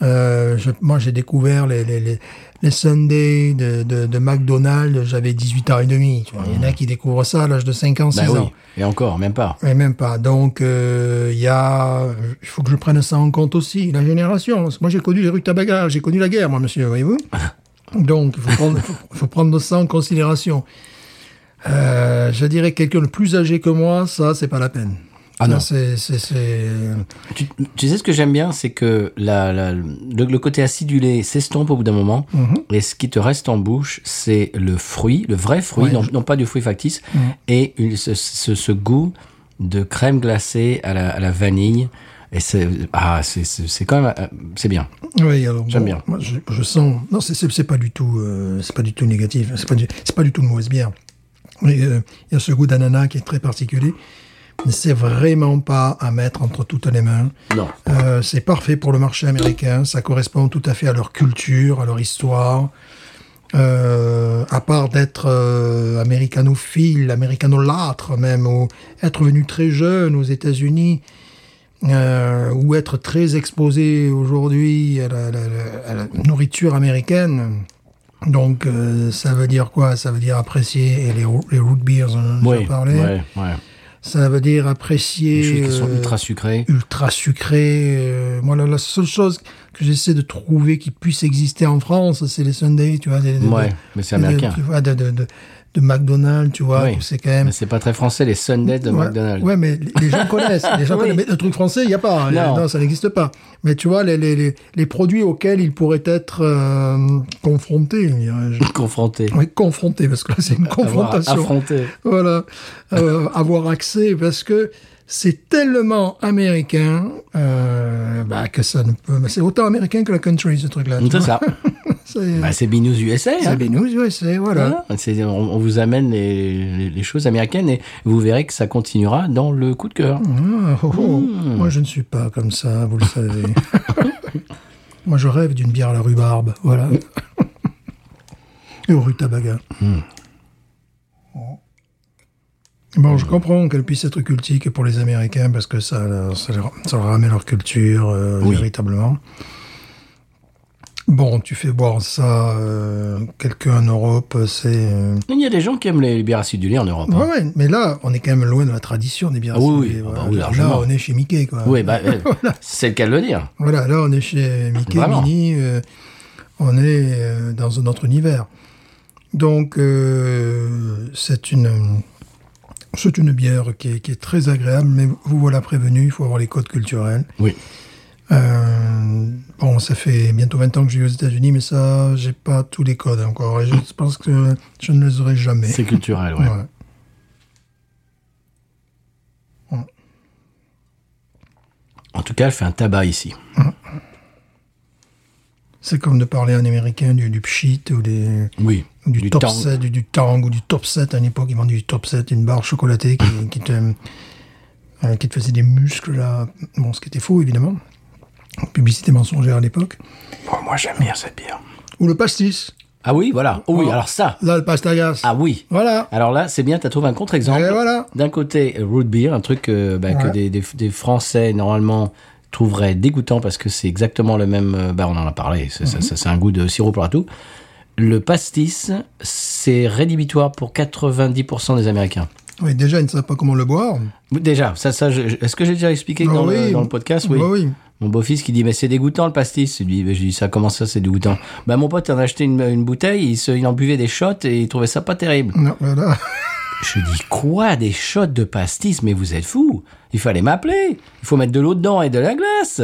S2: Euh, je- moi, j'ai découvert les, les, les, les Sundays de, de, de McDonald's, j'avais 18 ans et demi. tu vois. Il y en a qui découvrent ça à l'âge de 5 ans, 6
S1: Mmh. bah oui.
S2: ans.
S1: Et encore, même pas.
S2: Mais même pas. Donc, euh, il y a, il faut que je prenne ça en compte aussi, la génération. Parce que Moi, j'ai connu les rues Tabaga, j'ai connu la guerre, moi, monsieur, voyez-vous. Donc, il faut prendre, faut, faut prendre ça en considération. Euh, je dirais quelqu'un de plus âgé que moi, ça, c'est pas la peine.
S1: Ah
S2: Ça,
S1: non.
S2: c'est, c'est, euh, c'est-
S1: Tu, tu sais ce que j'aime bien, c'est que la, la- le, le côté acidulé s'estompe au bout d'un moment,
S2: Mhm.
S1: et ce qui te reste en bouche, c'est le fruit, le vrai fruit,
S2: Ouais,
S1: non,
S2: je- Mhm.
S1: non pas du fruit factice, et une- ce, ce- ce goût de crème glacée à la, à la vanille. Et c'est ah, c'est- c'est c'est quand même euh, c'est bien.
S2: Oui, alors,
S1: J'aime
S2: bon,
S1: bien.
S2: Moi, je, je sens. Non, c'est, c'est, c'est pas du tout, euh, c'est pas du tout négatif. C'est pas du, c'est pas du tout une mauvaise bière. Mais, euh, Il y a ce goût d'ananas qui est très particulier. Mais c'est vraiment pas à mettre entre toutes les mains.
S1: Non.
S2: Euh, c'est parfait pour le marché américain. Ça correspond tout à fait à leur culture, à leur histoire. Euh, à part d'être euh, américanophile, américanolâtre même, ou être venu très jeune aux États-Unis, euh, ou être très exposé aujourd'hui à la, la- la- à la nourriture américaine. Donc, euh, ça veut dire quoi Ça veut dire apprécier et les, ro- les root beers, on en a
S1: Oui,
S2: déjà parlé.
S1: ouais, ouais.
S2: Ça veut dire apprécier
S1: Les choses qui sont
S2: euh,
S1: ultra sucrées.
S2: ultra sucré. Euh, moi, la, la seule chose que j'essaie de trouver qui puisse exister en France, c'est les Sundays, tu vois. des- des-
S1: Ouais,
S2: des-
S1: mais c'est
S2: des- des-
S1: américain.
S2: tu vois, de, de, de, de McDonald's, tu vois,
S1: Oui.
S2: que c'est quand même...
S1: Mais c'est pas très français les Sundays de
S2: ouais,
S1: McDonald's.
S2: ouais, mais les- les gens connaissent. Les gens
S1: Oui.
S2: connaissent. Mais le truc français, il n'y a pas. hein.
S1: Non.
S2: Non, ça n'existe pas. Mais tu vois, les, les, les, les produits auxquels ils pourraient être euh, confrontés, dirais-je.
S1: Confrontés.
S2: Oui, confrontés, parce que là, c'est une confrontation
S1: Affrontés.
S2: voilà, Euh, avoir accès parce que c'est tellement américain euh, bah, que ça ne peut. mais C'est autant américain que la country ce truc-là. tu
S1: C'est
S2: vois.
S1: ça.
S2: C'est
S1: Bah, c'est Binous USA. hein.
S2: c'est Benous, ouais, c'est voilà.
S1: Voilà. C'est- on, on vous amène les, les- les choses américaines et vous verrez que ça continuera dans le coup de cœur.
S2: Ah, oh, oh. Moi, je ne suis pas comme ça, vous le savez. Moi, je rêve Hmm. d'une bière à la rhubarbe, voilà. Et au rutabaga. Oh. Bon, je comprends qu'elle puisse être cultique pour les Américains parce que ça, leur- ça, leur, ça leur ramène leur culture euh,
S1: Oui.
S2: véritablement. Bon, tu fais boire ça euh, quelqu'un en Europe, c'est. euh,
S1: Il y a des gens qui aiment les, les bières acidulées en Europe. hein.
S2: Ouais, ouais, mais là, on est quand même loin de la tradition des bières.
S1: Ah oui,
S2: acidulées,
S1: oui, ah
S2: voilà.
S1: bah oui,
S2: là,
S1: largement.
S2: on est chez Mickey, quoi.
S1: Oui, bah, euh, c'est le cas de le dire.
S2: Voilà, là, on est chez Mickey,
S1: Vraiment.
S2: Minnie, euh, on est euh, dans un autre univers. Donc, euh, c'est une, c'est une bière qui est, qui est très agréable, mais vous voilà prévenu, il faut avoir les codes culturels.
S1: Oui.
S2: Euh, bon, ça fait bientôt 20 ans que je vis aux États-Unis, mais ça, j'ai pas tous les codes encore, et je pense que je ne les aurai jamais.
S1: C'est culturel, ouais.
S2: Voilà.
S1: En tout cas, elle fait un tabac ici.
S2: C'est comme de parler en américain du, du pchit ou des...
S1: Oui.
S2: Ou du, top
S1: tang.
S2: 7, du, du tang ou du top 7. À une époque, ils vendaient du top 7, une barre chocolatée qui, qui, te, euh, qui te faisait des muscles, là. Bon, ce qui était faux, évidemment. Publicité mensongère à l'époque.
S1: Oh, moi, j'aime bien cette bière.
S2: Ou le pastis.
S1: Ah oui, voilà. Oh oui, alors ça.
S2: Là, le pastagas.
S1: Ah oui.
S2: Voilà.
S1: Alors là, c'est bien, tu as trouvé un contre-exemple.
S2: Et voilà.
S1: D'un côté, euh, root beer, un truc euh, bah, que
S2: Ouais.
S1: des, des- des Français, normalement, trouveraient dégoûtant parce que c'est exactement le même... euh, Bah, on en a parlé, c'est
S2: Mhm.
S1: ça- ça- c'est un goût de sirop pour tout. Le pastis, c'est rédhibitoire pour 90% des Américains.
S2: Oui, déjà, ils ne savent pas comment le boire.
S1: Déjà, ça, ça, je- je- est-ce que j'ai déjà expliqué que dans,
S2: Ah oui.
S1: le, dans le podcast
S2: Ah oui.
S1: Mon beau-fils qui dit, mais c'est dégoûtant le pastis. Je lui dis, Bah, je dis, ça, comment ça, c'est dégoûtant Bah, mon pote en a acheté une, une bouteille, il, se, il en buvait des shots et il trouvait ça pas terrible.
S2: Non, voilà.
S1: Je dis, quoi, des shots de pastis Mais vous êtes fous Il fallait m'appeler. Il faut mettre de l'eau dedans et de la glace.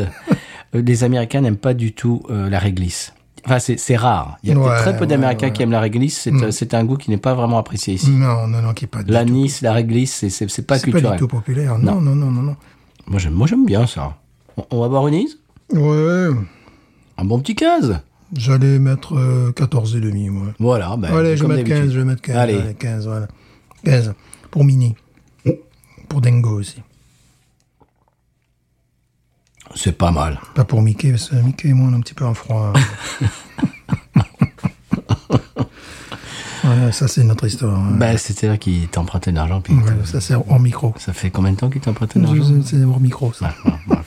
S1: Euh, Les Américains n'aiment pas du tout euh, la réglisse. Enfin, c'est c'est rare. Il y a
S2: Ouais,
S1: très peu
S2: ouais,
S1: d'Américains
S2: ouais.
S1: qui aiment la réglisse. C'est euh, c'est un goût qui n'est pas vraiment apprécié ici.
S2: non, non, non, qui est pas du tout.
S1: L'anis, la réglisse, c'est- c'est c'est pas
S2: C'est pas
S1: culturel.
S2: du tout populaire. Non, non, non, non, non.
S1: Moi, j'aime- Moi, j'aime bien ça. On, on va boire une ise
S2: Ouais.
S1: Un bon petit 15
S2: J'allais mettre euh, 14 et demi, moi.
S1: Voilà, ben,
S2: Allez, je
S1: comme
S2: vais mettre 15,
S1: d'habitude.
S2: je vais mettre 15.
S1: Allez.
S2: allez, 15, voilà. 15. Pour Mini. Pour Dingo aussi.
S1: C'est pas mal.
S2: Pas pour Mickey, parce que Mickey et moi, on est un petit peu en froid. Voilà, ça, c'est notre histoire. hein.
S1: Ben, c'était là qu'il t'empruntait de l'argent, puis
S2: Voilà, ça, c'est hors micro.
S1: ça fait combien de temps qu'il t'empruntait de l'argent
S2: C'est c'est hors micro, ça.
S1: Bah.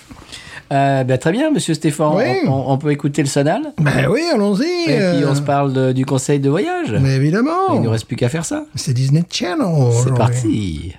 S1: Euh, ben, Très bien, monsieur Stéphane,
S2: Oui.
S1: on, on- on peut écouter le sonal
S2: Ben oui, allons-y.
S1: et puis
S2: euh,
S1: on se parle de- du conseil de voyage.
S2: Mais
S1: Il
S2: évidemment.
S1: nous reste plus qu'à faire ça.
S2: C'est Disney Channel.
S1: C'est
S2: aujourd'hui.
S1: parti.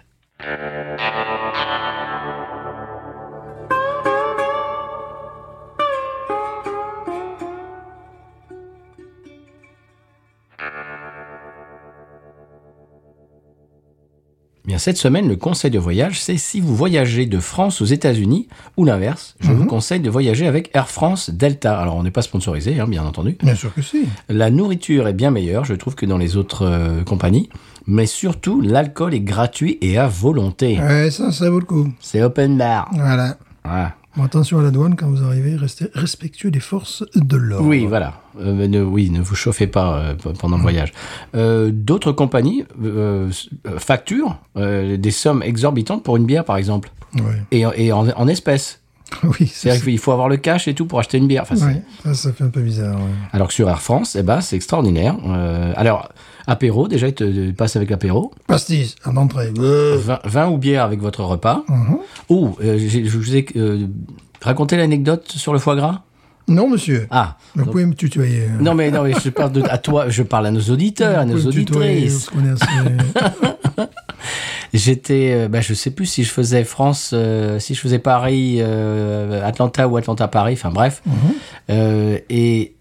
S1: Bien, cette semaine, le conseil de voyage, c'est si vous voyagez de France aux États-Unis ou l'inverse, je vous conseille de voyager avec Air France Delta. Alors, on n'est pas sponsorisé, hein, bien entendu.
S2: Bien sûr que si.
S1: La nourriture est bien meilleure, je trouve, que dans les autres euh, compagnies. Mais surtout, l'alcool est gratuit et à volonté.
S2: Ouais, ça, ça vaut le coup.
S1: C'est open bar. Ah.
S2: Voilà.
S1: Voilà.
S2: Bon, attention à la douane quand vous arrivez, restez respectueux des forces de l'ordre.
S1: Oui, voilà. Euh, mais ne, oui, ne vous chauffez pas euh, p-
S2: Mm.
S1: pendant le voyage. Euh, D'autres compagnies euh, s- euh, facturent euh, des sommes exorbitantes pour une bière, par exemple,
S2: Ouais.
S1: et, en- et en, en espèces.
S2: Oui,
S1: C'est-à-dire qu'il faut avoir le cash et tout pour acheter une bière. Enfin, c'est-
S2: Ouais, ça, Ah, ça fait un peu bizarre. ouais.
S1: Alors que sur Air France, eh ben, c'est extraordinaire. Euh, alors, apéro, déjà, ils te ils passent avec l'apéro.
S2: Pastis, en entrée. Euh,
S1: Vin, vin ou bière avec votre repas.
S2: mhm.
S1: Oh, euh, j'ai- je vous ai euh, raconté l'anecdote sur le foie gras
S2: Non, monsieur.
S1: Ah,
S2: Vous pouvez me tutoyer. hein.
S1: non mais, non mais je parle de, à toi, je parle à nos auditeurs, à
S2: Vous
S1: nos
S2: pouvez me tutoyer,
S1: auditrices.
S2: parce qu'on est assez-
S1: J'étais, euh, bah, je sais plus si je faisais France, euh, si je faisais Paris, euh, Atlanta ou Atlanta Paris, enfin bref.
S2: Mhm.
S1: Euh, et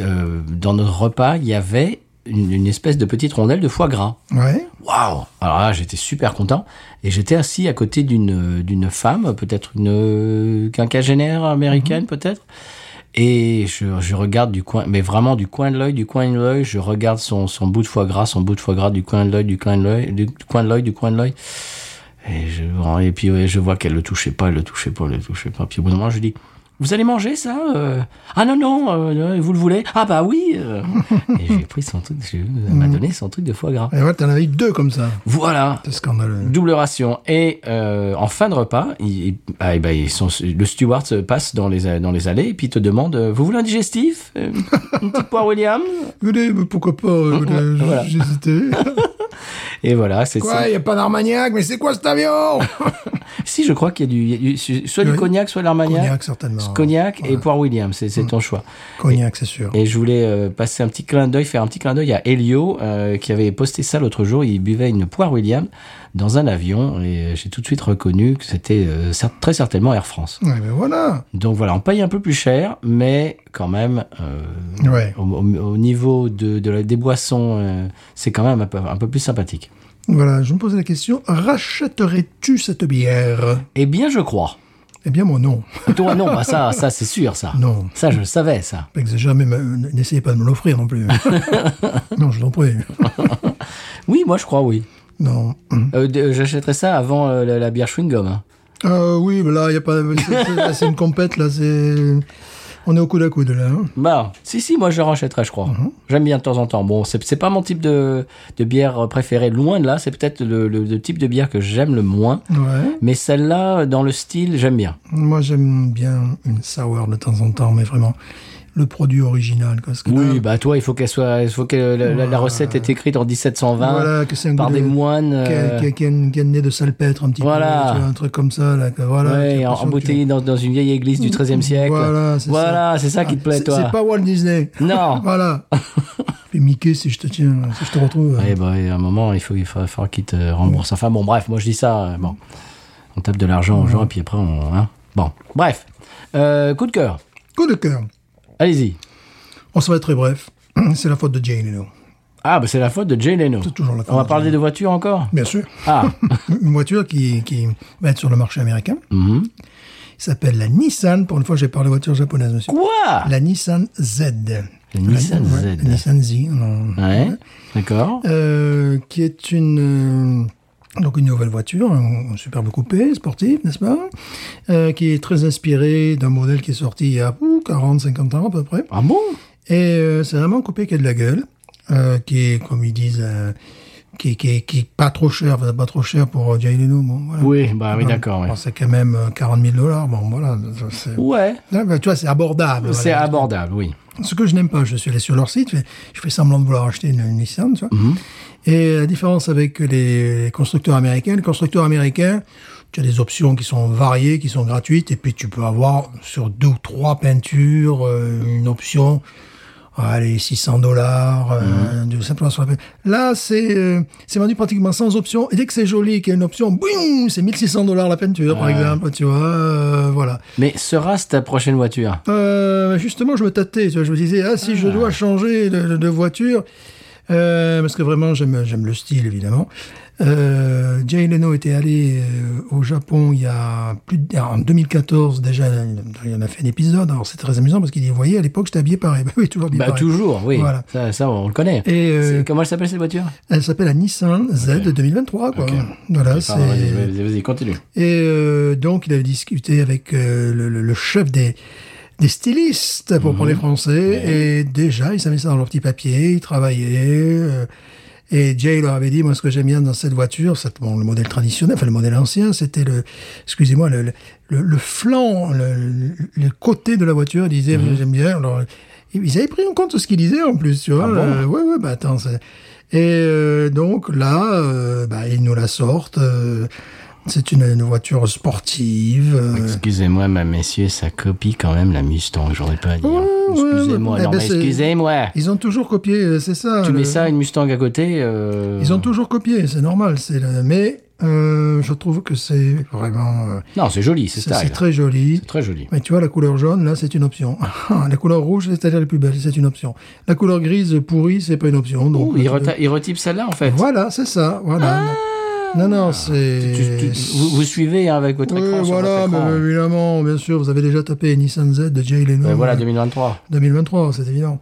S1: euh, dans notre repas, il y avait une, une espèce de petite rondelle de foie gras.
S2: Ouais.
S1: Waouh Alors là, j'étais super content et j'étais assis à côté d'une d'une femme, peut-être une quinquagénaire américaine, peut-être. Et je, je regarde du coin, mais vraiment du coin de l'œil, du coin de l'œil, je regarde son, son bout de foie gras, son bout de foie gras, du coin de l'œil, du coin de l'œil, du coin de l'œil, du coin de l'œil. Et, je, et puis ouais, je vois qu'elle le touchait pas, elle le touchait pas, elle le touchait pas. Puis au bout d'un moment, je dis Vous allez manger ça euh Ah non, non, euh, vous le voulez Ah bah oui euh. Et j'ai pris son truc, je- elle m'a donné son truc de foie gras.
S2: Et voilà, t'en avais eu deux comme ça.
S1: Voilà
S2: C'est scandaleux.
S1: Double ration. Et euh, en fin de repas, il- il- ah, eh ben, ils sont- le steward se passe dans les, euh, dans les allées et puis il te demande euh, Vous voulez un digestif Euh, Une petite poire William
S2: Écoutez, mais pourquoi pas euh, écoutez,
S1: Mm, Voilà.
S2: J'hésitais.
S1: Et voilà, c'est
S2: Quoi,
S1: ça.
S2: il n'y a pas d'Armagnac, mais c'est quoi cet avion
S1: Si, je crois qu'il y a du, il y a du- su- soit du
S2: Oui.
S1: cognac, soit de l'armagnac.
S2: Cognac, certainement.
S1: Cognac et
S2: Ouais. Mm.
S1: poire William, c'est c'est ton choix.
S2: Cognac, c'est sûr.
S1: Et je voulais euh, passer un petit clin d'œil, faire un petit clin d'œil à Elio euh, qui avait posté ça l'autre jour. Il buvait une poire William dans un avion et euh, j'ai tout de suite reconnu que c'était euh, cer- très certainement Air France.
S2: Ouais, ben voilà.
S1: Donc voilà, on paye un peu plus cher, mais quand même, euh,
S2: Ouais.
S1: au, au- au niveau de, de la, des boissons, euh, c'est quand même un peu, un peu plus sympathique.
S2: Voilà, je me posais la question, rachèterais-tu cette bière
S1: Eh bien, je crois.
S2: Eh bien, moi, non.
S1: Toi, non, bah ça, ça c'est sûr, ça.
S2: Non.
S1: Ça, je le savais, ça.
S2: Fait que c'est Jamais, me- n'essayez pas de me l'offrir non plus. non, je t'en prie.
S1: Oui, moi, je crois, oui.
S2: Non.
S1: Euh, de- J'achèterais ça avant euh, la, la bière chewing-gum. hein.
S2: Euh, oui, mais là, il y a pas. c'est- c'est- là, C'est une compète, là, c'est. On est au coude à coude, là. hein.
S1: Bah, si, si, moi je rachèterais, je crois. J'aime bien de temps en temps. Bon, c'est c'est pas mon type de, de bière préférée, loin de là. C'est peut-être le, le- le type de bière que j'aime le moins.
S2: Ouais.
S1: Mais celle-là, dans le style, j'aime bien.
S2: Moi, j'aime bien une sour de temps en temps, mais vraiment, le produit original. Parce que
S1: Oui,
S2: là,
S1: bah toi, il faut qu'elle soit, il faut que la, la- la recette est écrite en 1720
S2: Voilà, que c'est un
S1: bah, par
S2: goût
S1: des
S2: de-
S1: moines.
S2: qui
S1: euh,
S2: a, qui a- qui a une, qui a une nez de salpêtre, un petit
S1: Voilà.
S2: peu. tu vois, un truc comme ça, là. que voilà,
S1: euh, ouais,
S2: t'as
S1: en-
S2: l'impression que Mm,
S1: embouteillé dans, dans une vieille église du XIIIe siècle.
S2: Voilà, c'est
S1: Voilà,
S2: ça.
S1: c'est ça qui te plaît,
S2: Ah, C'est-
S1: toi.
S2: C'est pas Walt Disney.
S1: Non.
S2: voilà. Fais Mickey si je te tiens, si je te retrouve. hein.
S1: Eh ben, à un moment, il faut il faut- il faudra qu'ils te remboursent. Enfin bon, bref, moi je dis ça. euh, Bon, on tape de l'argent aux gens
S2: Mm.
S1: et puis après on. hein. Bon, bref. Euh, coup de cœur.
S2: Coup de cœur.
S1: Allez-y.
S2: On se va être très bref. C'est la faute de Jane Leno.
S1: Ah, bah c'est la faute de Jay Leno.
S2: C'est toujours la faute
S1: On va
S2: de
S1: parler
S2: Jay.
S1: de voiture encore
S2: Bien sûr.
S1: Ah,
S2: Une voiture qui, qui va être sur le marché américain.
S1: Mhm.
S2: Il s'appelle la Nissan. Pour une fois, j'ai parlé voiture japonaise, monsieur.
S1: quoi
S2: La Nissan Z.
S1: La Nissan
S2: ouais,
S1: Z. Ah.
S2: La Nissan Z. non.
S1: Ouais, d'accord.
S2: Euh, qui est une euh, donc une nouvelle voiture, un, un superbe coupé sportif, n'est-ce pas Euh, Qui est très inspiré d'un modèle qui est sorti il y a 40-50 ans à peu près.
S1: Ah bon
S2: Et euh, c'est vraiment un coupé qui a de la gueule, euh, qui est, comme ils disent, euh, qui, qui, qui est pas trop cher, enfin, pas trop cher pour euh, Jay Leno. Bon, voilà.
S1: Oui, bah
S2: Ah,
S1: oui, d'accord. ouais.
S2: Bon, c'est quand même euh, 40 000 dollars. Bon, voilà. ça, c'est-
S1: Ouais,
S2: Là, ben, tu vois, c'est abordable.
S1: c'est
S2: voilà.
S1: abordable, oui.
S2: Ce que je n'aime pas, je suis allé sur leur site, je fais- je fais semblant de vouloir acheter une, une Nissan, tu vois. Et la différence avec les constructeurs américains, les constructeurs américains, tu as des options qui sont variées, qui sont gratuites, et puis tu peux avoir sur deux ou trois peintures euh, une option, allez, 600 dollars, euh, de simplement sur la peinture. Là, c'est euh, c'est vendu pratiquement sans option, et dès que c'est joli et qu'il y a une option, boum, c'est 1600 dollars la peinture, par exemple, tu vois, euh, voilà.
S1: Mais sera-ce ta prochaine voiture
S2: Euh, justement, je me tâtais. tu vois, Je me disais, ah, si je dois changer de, de- de voiture, euh, parce que vraiment, j'aime, j'aime le style, évidemment. Euh, Jay Leno était allé euh, au Japon il y a plus de, en 2014 déjà. Il en a fait un épisode. Alors c'est très amusant parce qu'il dit, vous voyez, à l'époque, j'étais habillé pareil. Bah oui, toujours habillé
S1: Bah
S2: pareil.
S1: toujours, oui.
S2: Voilà.
S1: Ça, ça, on le connaît.
S2: Et, euh, Ah,
S1: C'est- Comment elle s'appelle cette voiture
S2: Elle s'appelle la Nissan Z de 2023. Quoi.
S1: Ok.
S2: Voilà,
S1: Pardon, Vas-y,
S2: c'est.
S1: vas-y, vas-y, continue.
S2: Et euh, donc, il avait discuté avec euh, le, le- le chef des, des stylistes,
S1: Mhm.
S2: pour parler français. Et déjà, ils savaient ça dans leur petit papier, ils travaillaient. euh, et Jay leur avait dit, moi, ce que j'aime bien dans cette voiture, c'est bon, le modèle traditionnel, enfin le modèle ancien, c'était le, excusez-moi, le, le, le- le flanc, le, le- le côté de la voiture, il disait,
S1: Mhm.
S2: j'aime bien. Alors, ils avaient pris en compte ce qu'il disait en plus, tu vois.
S1: Ah bon
S2: euh, ouais, ouais, bah attends. c'est- Et euh, donc là, euh, bah, ils nous la sortent. euh, c'est une, une voiture sportive. euh,
S1: Excusez-moi, ma messieurs, ça copie quand même la Mustang, j'aurais pas à dire.
S2: Ouais, ouais,
S1: excusez-moi,
S2: ouais,
S1: non,
S2: eh ben,
S1: mais
S2: c'est-
S1: excusez-moi.
S2: Ils ont toujours copié, euh, c'est ça.
S1: Tu
S2: le-
S1: mets ça à une Mustang à côté. euh,
S2: Ils ont toujours copié, c'est normal. C'est le- Mais euh, je trouve que c'est vraiment. euh,
S1: Non, c'est joli, c'est
S2: c'est
S1: style.
S2: c'est très joli.
S1: C'est très joli.
S2: Mais tu vois, la couleur jaune, là, c'est une option. la couleur rouge, c'est-à-dire les plus belles, c'est une option. La couleur grise pourrie, c'est pas une option. Donc, euh,
S1: Ouh, il,
S2: là, tu
S1: reta- il retype celle-là en fait.
S2: peux- Voilà, c'est ça. Voilà. non, non, c'est.
S1: Tu- tu- vous, vous suivez hein, avec votre
S2: Oui,
S1: écran. sur votre
S2: voilà, mais
S1: écran. hein.
S2: évidemment, bien sûr, vous avez déjà tapé Nissan Z de Jay Leno.
S1: Ouais, Ben voilà,
S2: euh,
S1: 2023.
S2: 2023, c'est évident.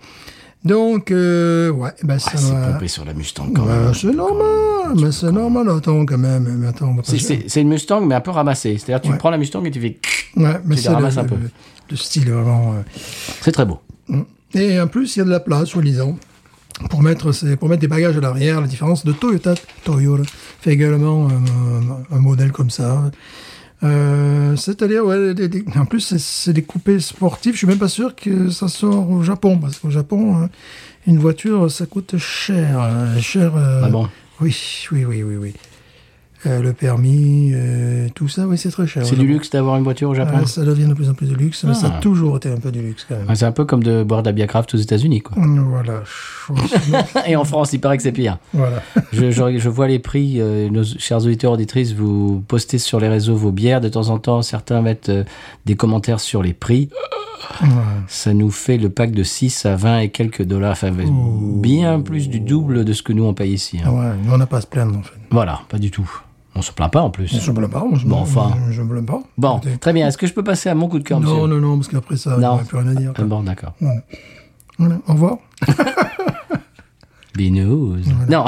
S2: Donc, euh, ouais, ben ça
S1: Ah, c'est
S2: va-
S1: pompé sur la Mustang quand
S2: Ben,
S1: même.
S2: c'est normal, mais c'est normal, attends quand même. Mais attends, on va pas
S1: C'est-
S2: se-
S1: C'est c'est une Mustang, mais un peu ramassée. C'est-à-dire, tu
S2: Ouais.
S1: prends la Mustang et tu fais.
S2: Ouais, mais
S1: tu
S2: c'est
S1: la
S2: le,
S1: ramasses un peu.
S2: le- le style vraiment. euh.
S1: C'est très beau.
S2: Et en plus, il y a de la place, soi-disant, pour mettre, ses- pour mettre des bagages à l'arrière. La différence de Toyota, Toyota fait également euh, un, un modèle comme ça. Euh, C'est-à-dire, ouais, des- des- en plus, c'est- c'est des coupés sportifs. Je suis même pas sûr que ça sort hein, au Japon, parce qu'au Japon, euh, une voiture, ça coûte cher. euh, cher euh,
S1: Ah bon
S2: Oui, oui, oui, oui, oui. Euh, le permis, euh, tout ça, oui, c'est très cher.
S1: C'est du luxe Ah. d'avoir une voiture au Japon.
S2: Ouais, ça devient de plus en plus de luxe, mais ça a toujours été un peu du luxe quand même.
S1: Ouais, c'est un peu comme de boire de la bière craft aux États-Unis, quoi.
S2: Voilà. franchement,
S1: Et en France, il paraît que c'est pire.
S2: voilà.
S1: Je, je- je vois les prix, euh, nos chers auditeurs, auditrices, vous postez sur les réseaux vos bières. De temps en temps, certains mettent euh, des commentaires sur les prix. Ça nous fait le pack de 6 à 20 et quelques dollars. Enfin, bien plus du double de ce que nous on paye ici. hein.
S2: Ah ouais, mais on n'a pas à se plaindre en fait.
S1: Voilà, pas du tout. On se plaint pas en plus.
S2: Je me plains pas. on se-
S1: Bon, enfin.
S2: Je me plains pas.
S1: Bon,
S2: Écoutez.
S1: très bien. Est-ce que je peux passer à mon coup de cœur,
S2: Non,
S1: monsieur
S2: non, non, parce qu'après ça, il n'y
S1: Non.
S2: a plus rien à dire.
S1: Euh, Bon, d'accord.
S2: Voilà, au revoir.
S1: Binous. Non,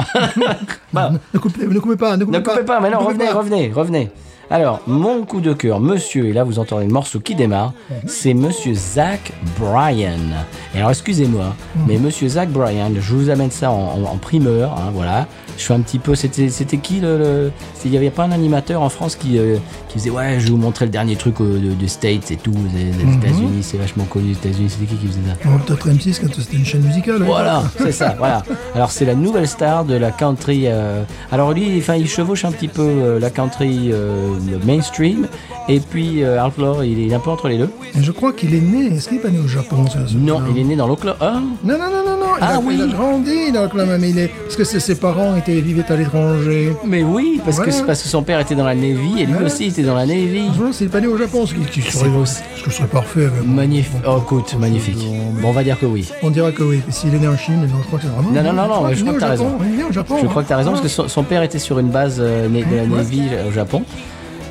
S1: Bah,
S2: Ne coupez, ne coupez pas, ne coupez
S1: ne
S2: pas.
S1: coupez pas, mais non,
S2: ne coupez
S1: revenez,
S2: pas.
S1: revenez, revenez. Alors, mon coup de cœur, monsieur, et là vous entendez le morceau qui démarre,
S2: Mhm.
S1: c'est monsieur Zach Bryan. Et alors, excusez-moi,
S2: Mhm.
S1: mais monsieur Zach Bryan, je vous amène ça en, en- en primeur, hein, voilà. Je fais un petit peu, c'était c'était qui le. le- c'est- Il n'y avait pas un animateur en France qui, euh, qui faisait Ouais, je vais vous montrer le dernier truc euh, de, des States et tout, des, des
S2: Mhm.
S1: États-Unis, c'est vachement connu, les États-Unis, c'était qui qui faisait ça
S2: Bon, Peut-être M6 quand c'était une chaîne musicale. hein. oui.
S1: Voilà, c'est ça, voilà. Alors c'est la nouvelle star de la country. euh, alors lui, enfin, il chevauche un petit peu euh, la country euh, le mainstream et puis euh, outlaw, il est, il est un peu entre les deux.
S2: Et je crois qu'il est né, est-ce qu'il n'est pas né au Japon ce- ce
S1: Non,
S2: gars
S1: il est né dans l'Oklahoma.
S2: Non, non, non, non, non. Il,
S1: Ah
S2: a,
S1: oui.
S2: il a grandi dans Oklahoma, mais il est... Parce que ses- ses parents étaient, vivaient à l'étranger.
S1: mais oui, parce que
S2: Ouais.
S1: c'est parce que son père était dans la Navy et lui
S2: Ouais.
S1: aussi était dans la Navy.
S2: Je me demande s'il n'est pas né au Japon, ce qui, qui serait,
S1: beau.
S2: ce qui serait parfait. mais bon.
S1: Magnifique. Oh, écoute, magnifique. Bon, on va dire que oui.
S2: On dira que oui, mais s'il est né en Chine, non, je crois que c'est vraiment...
S1: Non, non, non, non, mais je
S2: qu'il est
S1: crois que t'as
S2: né au
S1: raison.
S2: Japon, Il est né au Japon.
S1: Je crois que tu as raison, parce que son, son père était sur une base euh, na- de la Navy au Japon.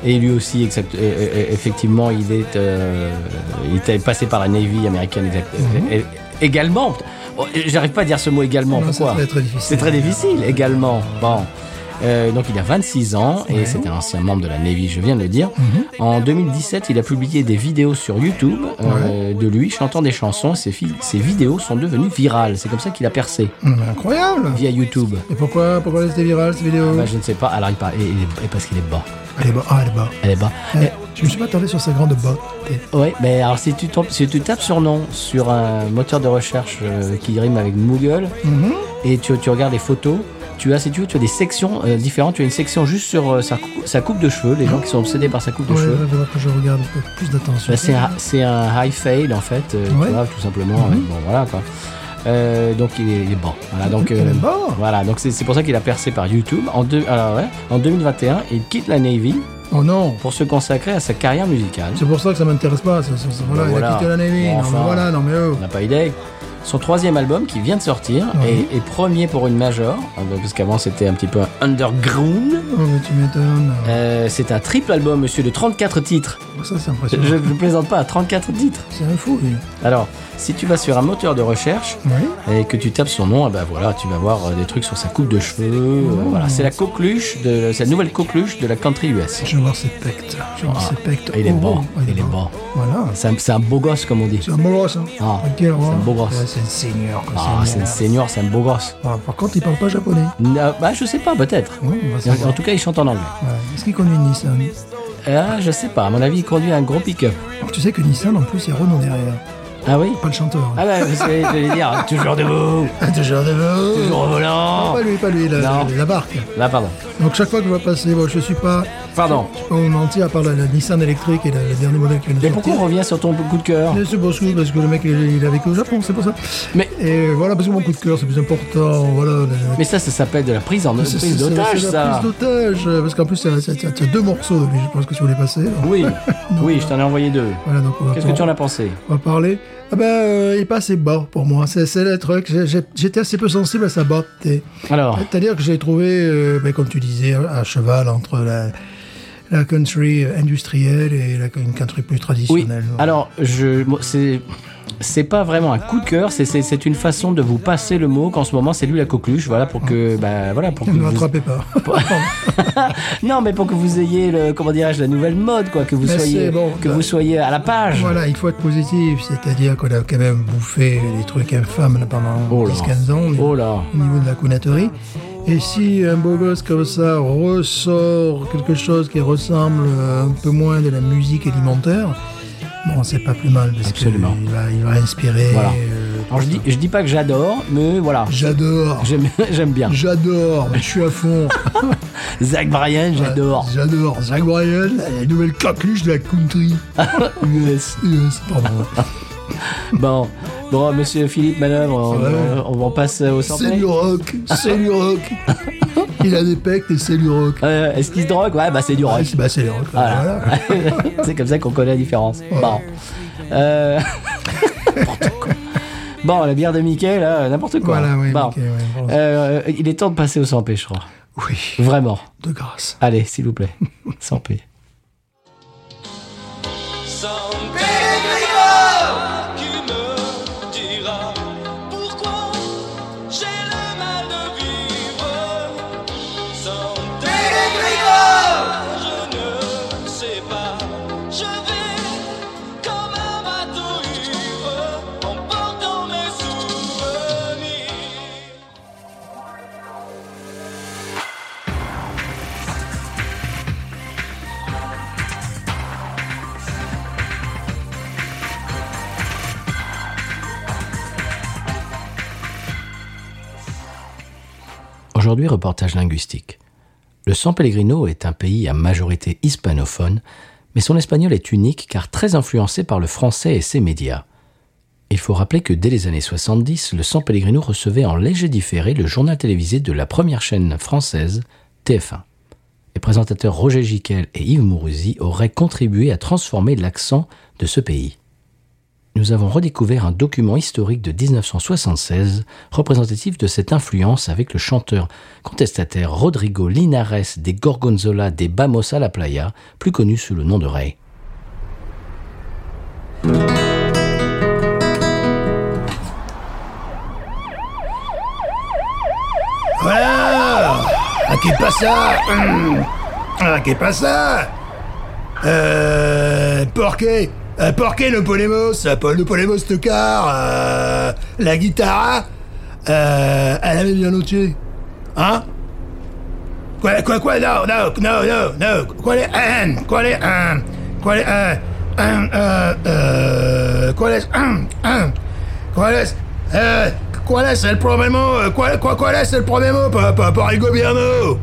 S1: Et lui aussi, exact- euh, euh, effectivement, il, est, euh, il était passé par la Navy américaine exact-
S2: Mhm.
S1: euh, euh, également. Oh, J'arrive pas à dire ce mot également,
S2: Non, ça
S1: pourquoi
S2: serait très difficile.
S1: C'est très difficile, également. Bon. Euh, donc il a 26 ans et c'est un ancien membre de la Navy, je viens de le dire.
S2: Mhm.
S1: En 2017, il a publié des vidéos sur YouTube euh, de lui chantant des chansons. Ses, fi- ses vidéos sont devenues virales. C'est comme ça qu'il a percé
S2: Mais incroyable
S1: via YouTube.
S2: Et pourquoi, pourquoi elle était virale, cette vidéo
S1: Bah, je ne sais pas. Alors, il par- et- et- et parce qu'il est bas.
S2: Elle est bas, ah, elle est bas.
S1: Elle est bas.
S2: Eh, Je me suis pas attardé sur sa grande botte.
S1: Ouais, mais alors, si tu, tombes- si tu tapes sur nom sur un moteur de recherche euh, qui rime avec Google
S2: Mhm.
S1: et tu, tu regardes les photos, tu as, si tu veux, tu as des sections euh, différentes. Tu as une section juste sur euh, sa, cou- sa coupe de cheveux, les gens qui sont obsédés par sa coupe de
S2: Ouais, ouais,
S1: cheveux.
S2: il faudra que je regarde un peu plus d'attention.
S1: Bah, c'est un, c'est un high fade en fait, euh, tu
S2: Ouais. Mhm.
S1: vois, tout simplement. euh, Bon, voilà quoi. Euh, donc il est, il est bon. Voilà, donc, euh,
S2: Il est bon.
S1: Voilà, donc c'est c'est pour ça qu'il a percé par YouTube. En, deux, alors, ouais, en 2021, il quitte la Navy
S2: Oh non
S1: pour se consacrer à sa carrière musicale.
S2: C'est pour ça que ça m'intéresse pas. ça- ça- ça- voilà,
S1: Bah,
S2: il
S1: voilà.
S2: a quitté la Navy.
S1: Bon,
S2: non,
S1: enfin.
S2: mais voilà, non mais oh.
S1: On n'a pas idée. Son troisième album qui vient de sortir
S2: Oui.
S1: est, est premier pour une major, euh, parce qu'avant c'était un petit peu un underground.
S2: Oh, mais tu m'étonnes. Bah,
S1: Euh, c'est un triple album, monsieur, de 34 titres.
S2: Ça, c'est
S1: Je je
S2: impressionnant.
S1: ne plaisante pas, 34 titres.
S2: C'est un fou, lui.
S1: Alors, si tu vas sur un moteur de recherche
S2: Oui.
S1: et que tu tapes son nom, eh ben voilà, tu vas voir euh, des trucs sur sa coupe de cheveux. euh,
S2: Oh.
S1: Voilà, c'est la coqueluche de c'est la nouvelle coqueluche de la country US.
S2: Je vais voir ses pectes. Je vais voir ses pectes.
S1: Ah, Il est
S2: Oh,
S1: bon,
S2: oh,
S1: il est bon.
S2: Voilà.
S1: C'est un, c'est un beau gosse comme on dit.
S2: C'est un beau gosse. Hein.
S1: Ah,
S2: Ok,
S1: c'est
S2: au revoir.
S1: un beau gosse.
S2: Ouais, c'est un seigneur. quoi,
S1: Ah,
S2: c'est
S1: c'est
S2: un
S1: un senior, c'est un beau gosse.
S2: Ah, par contre, il parle pas japonais.
S1: Euh, bah, je sais pas, peut-être.
S2: Ouais, on va
S1: En- En
S2: savoir.
S1: tout cas, il chante en anglais.
S2: Ouais. Est-ce qu'il conduit une Nissan
S1: Ah, je sais pas. À mon avis, il conduit un gros pick-up.
S2: Tu sais que Nissan, en plus, il y a Renault derrière.
S1: Ah oui
S2: Pas le chanteur.
S1: Ah bah, je vais- je vais dire, toujours debout,
S2: Ah, déjà,
S1: toujours au volant.
S2: Pas lui, pas lui, la,
S1: Non.
S2: la, la barque.
S1: Là, pardon.
S2: Donc chaque fois que je vois passer, bon, je suis pas,
S1: Pardon.
S2: je suis pas au menti à part la, la Nissan électrique et la- le dernier modèle qui vient de
S1: Mais pourquoi
S2: sortir.
S1: on revient sur ton coup de cœur
S2: Mais c'est parce que, parce que le mec il, il a vécu au Japon, c'est pour ça.
S1: Mais-
S2: Et voilà, parce que mon coup de cœur c'est plus important. Voilà, la-
S1: Mais ça, ça s'appelle de la prise en
S2: c'est-
S1: prise
S2: c'est- c'est-
S1: d'otage,
S2: c'est la
S1: ça.
S2: prise d'otage. euh, Parce qu'en plus, il y a- il y a- il y a deux morceaux de lui, je pense que si vous voulez passer. alors.
S1: Oui, oui, je t'en ai envoyé deux.
S2: Voilà, donc on va,
S1: Qu'est-ce que
S2: par-
S1: tu en as pensé
S2: on va parler. Ah ben, euh, il passe et bas pour moi. C'est c'est le truc. J'ai- j'ai- J'étais assez peu sensible à sa botte. et-
S1: Alors,
S2: C'est-à-dire que j'ai trouvé, euh, ben, comme tu disais, à cheval entre la, la country euh, industrielle et la une country plus
S1: oui.
S2: traditionnelle.
S1: Alors, je, moi, c'est, c'est pas vraiment un coup de cœur. C'est, c'est, c'est une façon de vous passer le mot qu'en ce moment, c'est lui la coqueluche. Voilà pour que, bah, voilà pour que.
S2: ne me
S1: vous-
S2: rattrapez pas.
S1: non, mais pour que vous ayez le, comment dirais-je, la nouvelle mode, quoi, que vous
S2: Mais
S1: soyez,
S2: c'est bon,
S1: que
S2: bah.
S1: vous soyez à la page.
S2: voilà, il faut être positif, c'est-à-dire qu'on a quand même bouffé des trucs infâmes là, pendant
S1: Oh là.
S2: 10-15 ans mais
S1: Oh là.
S2: au niveau de la cunetterie. Et si un beau gosse comme ça ressort quelque chose qui ressemble euh, un peu moins de la musique alimentaire, bon, c'est pas plus mal parce
S1: Absolument.
S2: qu'il va, il va inspirer
S1: Voilà.
S2: euh,
S1: Alors je dis, je dis pas que j'adore, mais voilà.
S2: J'adore.
S1: J'aime j'aime bien.
S2: J'adore. Je suis à fond.
S1: Zach Bryan, j'adore.
S2: J'adore. Zach Bryan, la nouvelle coqueluche de la country. Euh,
S1: Yes.
S2: Yes, pardon.
S1: Ah, Bon, bon, monsieur Philippe Manœuvre, on,
S2: Ouais.
S1: on, on passe au
S2: C'est
S1: centenaire.
S2: du rock. C'est du rock. Il a des pecs et c'est du rock.
S1: Euh, Est-ce qu'il se drogue Ouais, bah c'est du
S2: Ah,
S1: rock.
S2: c'est- bah, c'est du rock.
S1: Voilà.
S2: Voilà.
S1: c'est comme ça qu'on connaît la différence. Bon. Euh, n'importe quoi. Bon, la bière de Mickey, là, n'importe quoi.
S2: Voilà, oui,
S1: Bon.
S2: Mickey, ouais, voilà.
S1: Euh, il est temps de passer au 100p, je crois.
S2: Oui,
S1: Vraiment.
S2: de grâce.
S1: Allez, s'il vous plaît. 100p.
S5: Sans pègre qui me dira pourquoi j'ai le mal de vivre. Sans pègre je ne sais pas. Je vais comme un bateau ivre en portant mes souvenirs.
S1: Aujourd'hui, reportage linguistique. Le San Pellegrino est un pays à majorité hispanophone, mais son espagnol est unique car très influencé par le français et ses médias. Il faut rappeler que dès les années 70, le San Pellegrino recevait en léger différé le journal télévisé de la première chaîne française, TF1. Les présentateurs Roger Giquel et Yves Mourouzi auraient contribué à transformer l'accent de ce pays nous avons redécouvert un document historique de 1976 représentatif de cette influence avec le chanteur contestataire Rodrigo Linares des Gorgonzola des Bamos a la Playa, plus connu sous le nom de Ray.
S2: Voilà Ah, qu'est pas ça Hum. Ah, qu'est pas ça Euh... Porqué euh, Porqué le Polemos euh, Paul le Polemos le car euh, La guitare euh, Elle avait bien noté Hein Quoi, quoi, quoi Non, non, non, non, non Quoi les un Quoi les un Quoi les un un, euh, euh, Quoi les un un Quoi les euh, Quoi les c'est le premier mot euh, Quoi, quoi, quoi les c'est le premier mot par, par, par el gobierno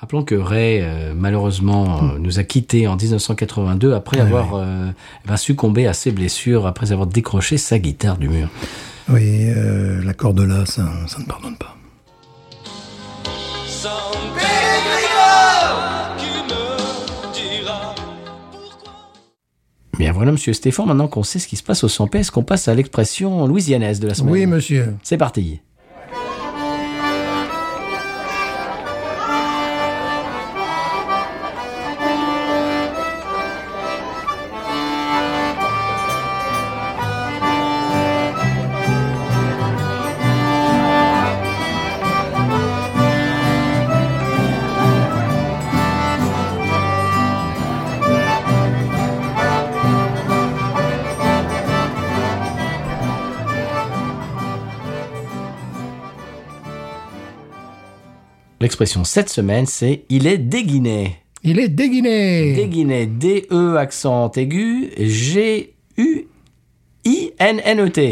S1: Rappelons que Ray, euh, malheureusement,
S2: Hmm.
S1: euh, nous a quittés en 1982
S2: Ah
S1: après avoir euh, eh ben, succombé à ses blessures, après avoir décroché sa guitare du mur.
S2: Oui, euh, la corde là, ça, ça ne pardonne pas.
S5: Sans pègre qui me dira pourquoi.
S1: Bien voilà, monsieur Stéphane, maintenant qu'on sait ce qui se passe au 100 est-ce qu'on passe à l'expression louisianaise de la semaine
S2: Oui, monsieur.
S1: C'est parti. L'expression cette semaine, c'est il est déguiné.
S2: Il est déguiné.
S1: Déguiné, D-E E accent aigu, G-U-I-N-N-E-T.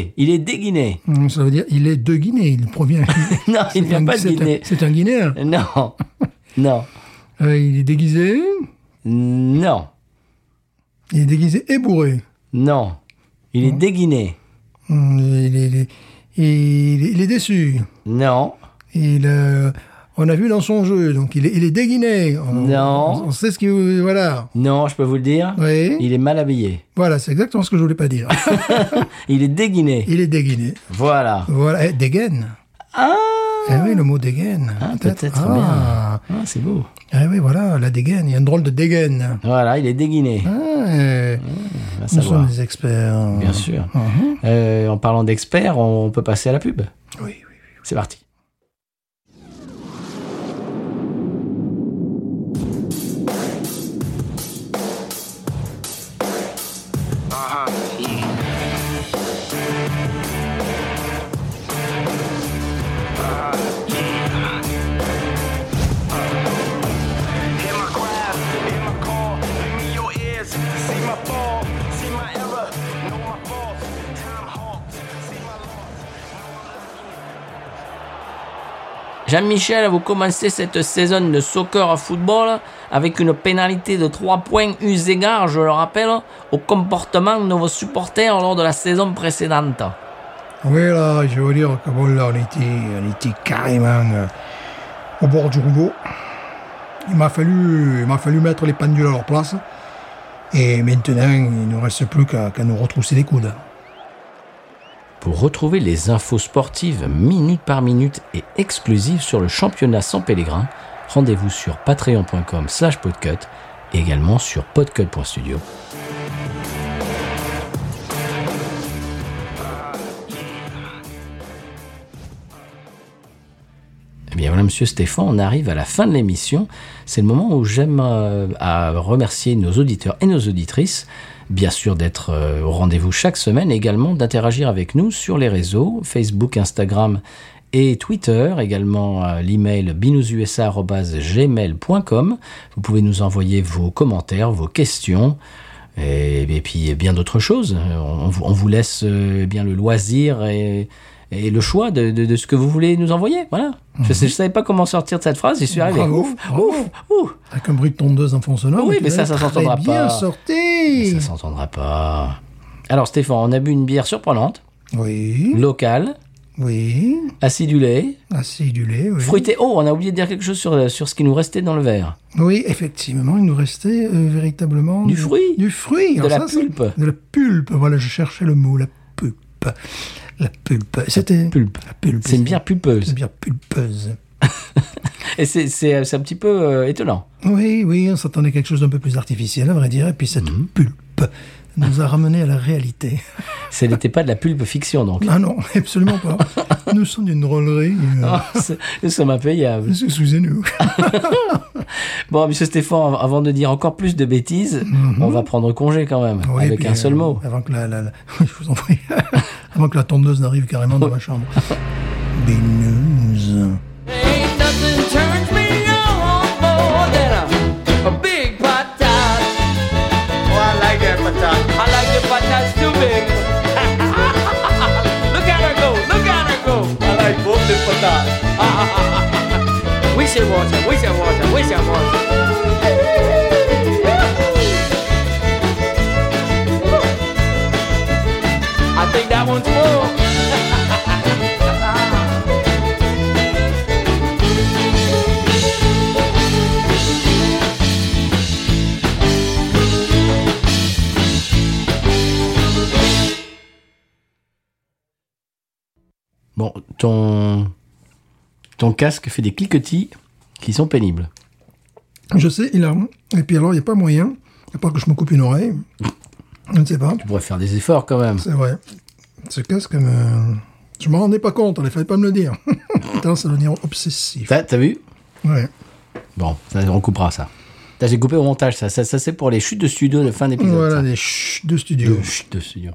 S1: E Il est déguiné.
S2: Hum, Ça veut dire il est de Guinée. Il provient.
S1: Non, il
S2: C'est
S1: vient
S2: un-
S1: pas de
S2: c'est un-
S1: Guinée.
S2: C'est un Guinéen.
S1: Non, non,
S2: Euh, il est déguisé.
S1: non,
S2: Il est déguisé et bourré.
S1: non. Il est déguiné.
S2: Hum, Il est, il est- il est- il est déçu.
S1: Non,
S2: Il, euh, on a vu dans son jeu, donc il est, il est déguiné. On,
S1: Non.
S2: On, on sait ce qu'il... Voilà.
S1: non, je peux vous le dire.
S2: Oui.
S1: Il est mal habillé.
S2: Voilà, c'est exactement ce que je voulais pas dire.
S1: Il est déguiné.
S2: il est déguiné.
S1: Voilà.
S2: Voilà. Eh, dégaine.
S1: Ah,
S2: Eh oui, le mot dégaine.
S1: Ah, peut-être
S2: Ah.
S1: ah, c'est beau.
S2: Eh oui, voilà, la dégaine. Il y a une drôle de dégaine.
S1: Voilà, il est déguiné.
S2: Ah, eh,
S1: On va
S2: nous sommes
S1: savoir.
S2: des experts.
S1: Bien sûr.
S2: Mhm.
S1: Euh, en parlant d'experts, on peut passer à la pub.
S2: Oui, oui.
S1: C'est parti.
S6: Hear my cry, hear my call, give me your ears, see my fall, see my error.
S1: Jean-Michel, vous commencez cette saison de soccer à football avec une pénalité de 3 points us égard, je le rappelle, au comportement de vos supporters lors de la saison précédente.
S2: Oui, là, je veux dire que bon, là, on était, on était carrément euh, au bord du rouleau. Il m'a fallu, il m'a fallu mettre les pendules à leur place. Et maintenant, il ne reste plus qu'à qu'à nous retrousser les coudes.
S1: Pour retrouver les infos sportives minute par minute et exclusives sur le championnat sans pèlerin, rendez-vous sur patreon.com slash podcut et également sur podcut.studio. Eh bien voilà, monsieur Stéphane, on arrive à la fin de l'émission. C'est le moment où j'aime euh, à remercier nos auditeurs et nos auditrices, bien sûr d'être euh, au rendez-vous chaque semaine, et également d'interagir avec nous sur les réseaux, Facebook, Instagram et Twitter, également euh, l'email binoususa.gmail.com. Vous pouvez nous envoyer vos commentaires, vos questions. Et, et puis bien d'autres choses. Euh, On, on vous laisse euh, bien le loisir et, et le choix de, de- de ce que vous voulez nous envoyer. Voilà. Je ne savais pas comment sortir de cette phrase, j'y suis arrivé.
S2: Mhm. Bravo,
S1: Ouf,
S2: bravo.
S1: ouf, ouf.
S2: Avec un bruit de tondeuse en fond sonore.
S1: Oui,
S2: tu
S1: mais ça,
S2: l'as
S1: ça
S2: très
S1: s'entendra pas.
S2: bien sorti.
S1: Ça s'entendra pas. Alors Stéphane, on a bu une bière surprenante,
S2: Oui,
S1: locale,
S2: oui.
S1: acidulée,
S2: Acidulé, oui.
S1: fruitée. Oh, on a oublié de dire quelque chose sur, sur ce qui nous restait dans le verre.
S2: Oui, effectivement, il nous restait euh, véritablement...
S1: Du fruit.
S2: Du fruit.
S1: De
S2: Alors
S1: la
S2: c'est-
S1: pulpe.
S2: De la pulpe, voilà, je cherchais le mot, la pulpe. La pulpe. C'était...
S1: Pulpe.
S2: La pulpe.
S1: C'est une bière
S2: C'est une
S1: pulpeuse.
S2: bière pulpeuse.
S1: Et c'est- c'est c'est un petit peu euh, étonnant.
S2: Oui, oui, on s'attendait à quelque chose d'un peu plus artificiel, à vrai dire, et puis cette
S1: Mhm.
S2: pulpe nous a ramené à la réalité.
S1: Ce n'était pas de la pulpe fiction, donc.
S2: Ah non, absolument pas. nous sommes d'une drôlerie. euh,
S1: Ah, c'est- Nous sommes impayables.
S2: Excusez-nous.
S1: Bon, monsieur Stéphane, av- avant de dire encore plus de bêtises, on va prendre congé quand même,
S2: Mm-hmm. Oui,
S1: avec
S2: puis,
S1: un seul
S2: euh,
S1: mot.
S2: Avant que la, la- la- Oui, je vous en prie. avant que la tondeuse n'arrive carrément dans ma chambre. Binous.
S7: Ain't nothing turns me on more than a, a big patat. Oh, I like that patat. I like the patats too big. look at her go, look at her go. I like both the patat. we should watch her, we should watch her, we should watch her. I think that one's full.
S1: Bon, ton... ton casque fait des cliquetis qui sont pénibles.
S2: Je sais, il a. Et puis alors, il n'y a pas moyen, à part que je me coupe une oreille. Je ne sais pas.
S1: On pourrait faire des efforts quand même.
S2: C'est vrai. Ce casque me. Je m'en rendais pas compte, il ne fallait pas me le dire. Putain, ça devient obsessif.
S1: T'as t'as vu
S2: Ouais.
S1: Bon, ça, on coupera ça. Là, J'ai coupé au montage, ça, ça, ça, c'est pour les chutes de studio de fin d'épisode.
S2: Voilà
S1: ça.
S2: les chutes de studio.
S1: Chutes de studio.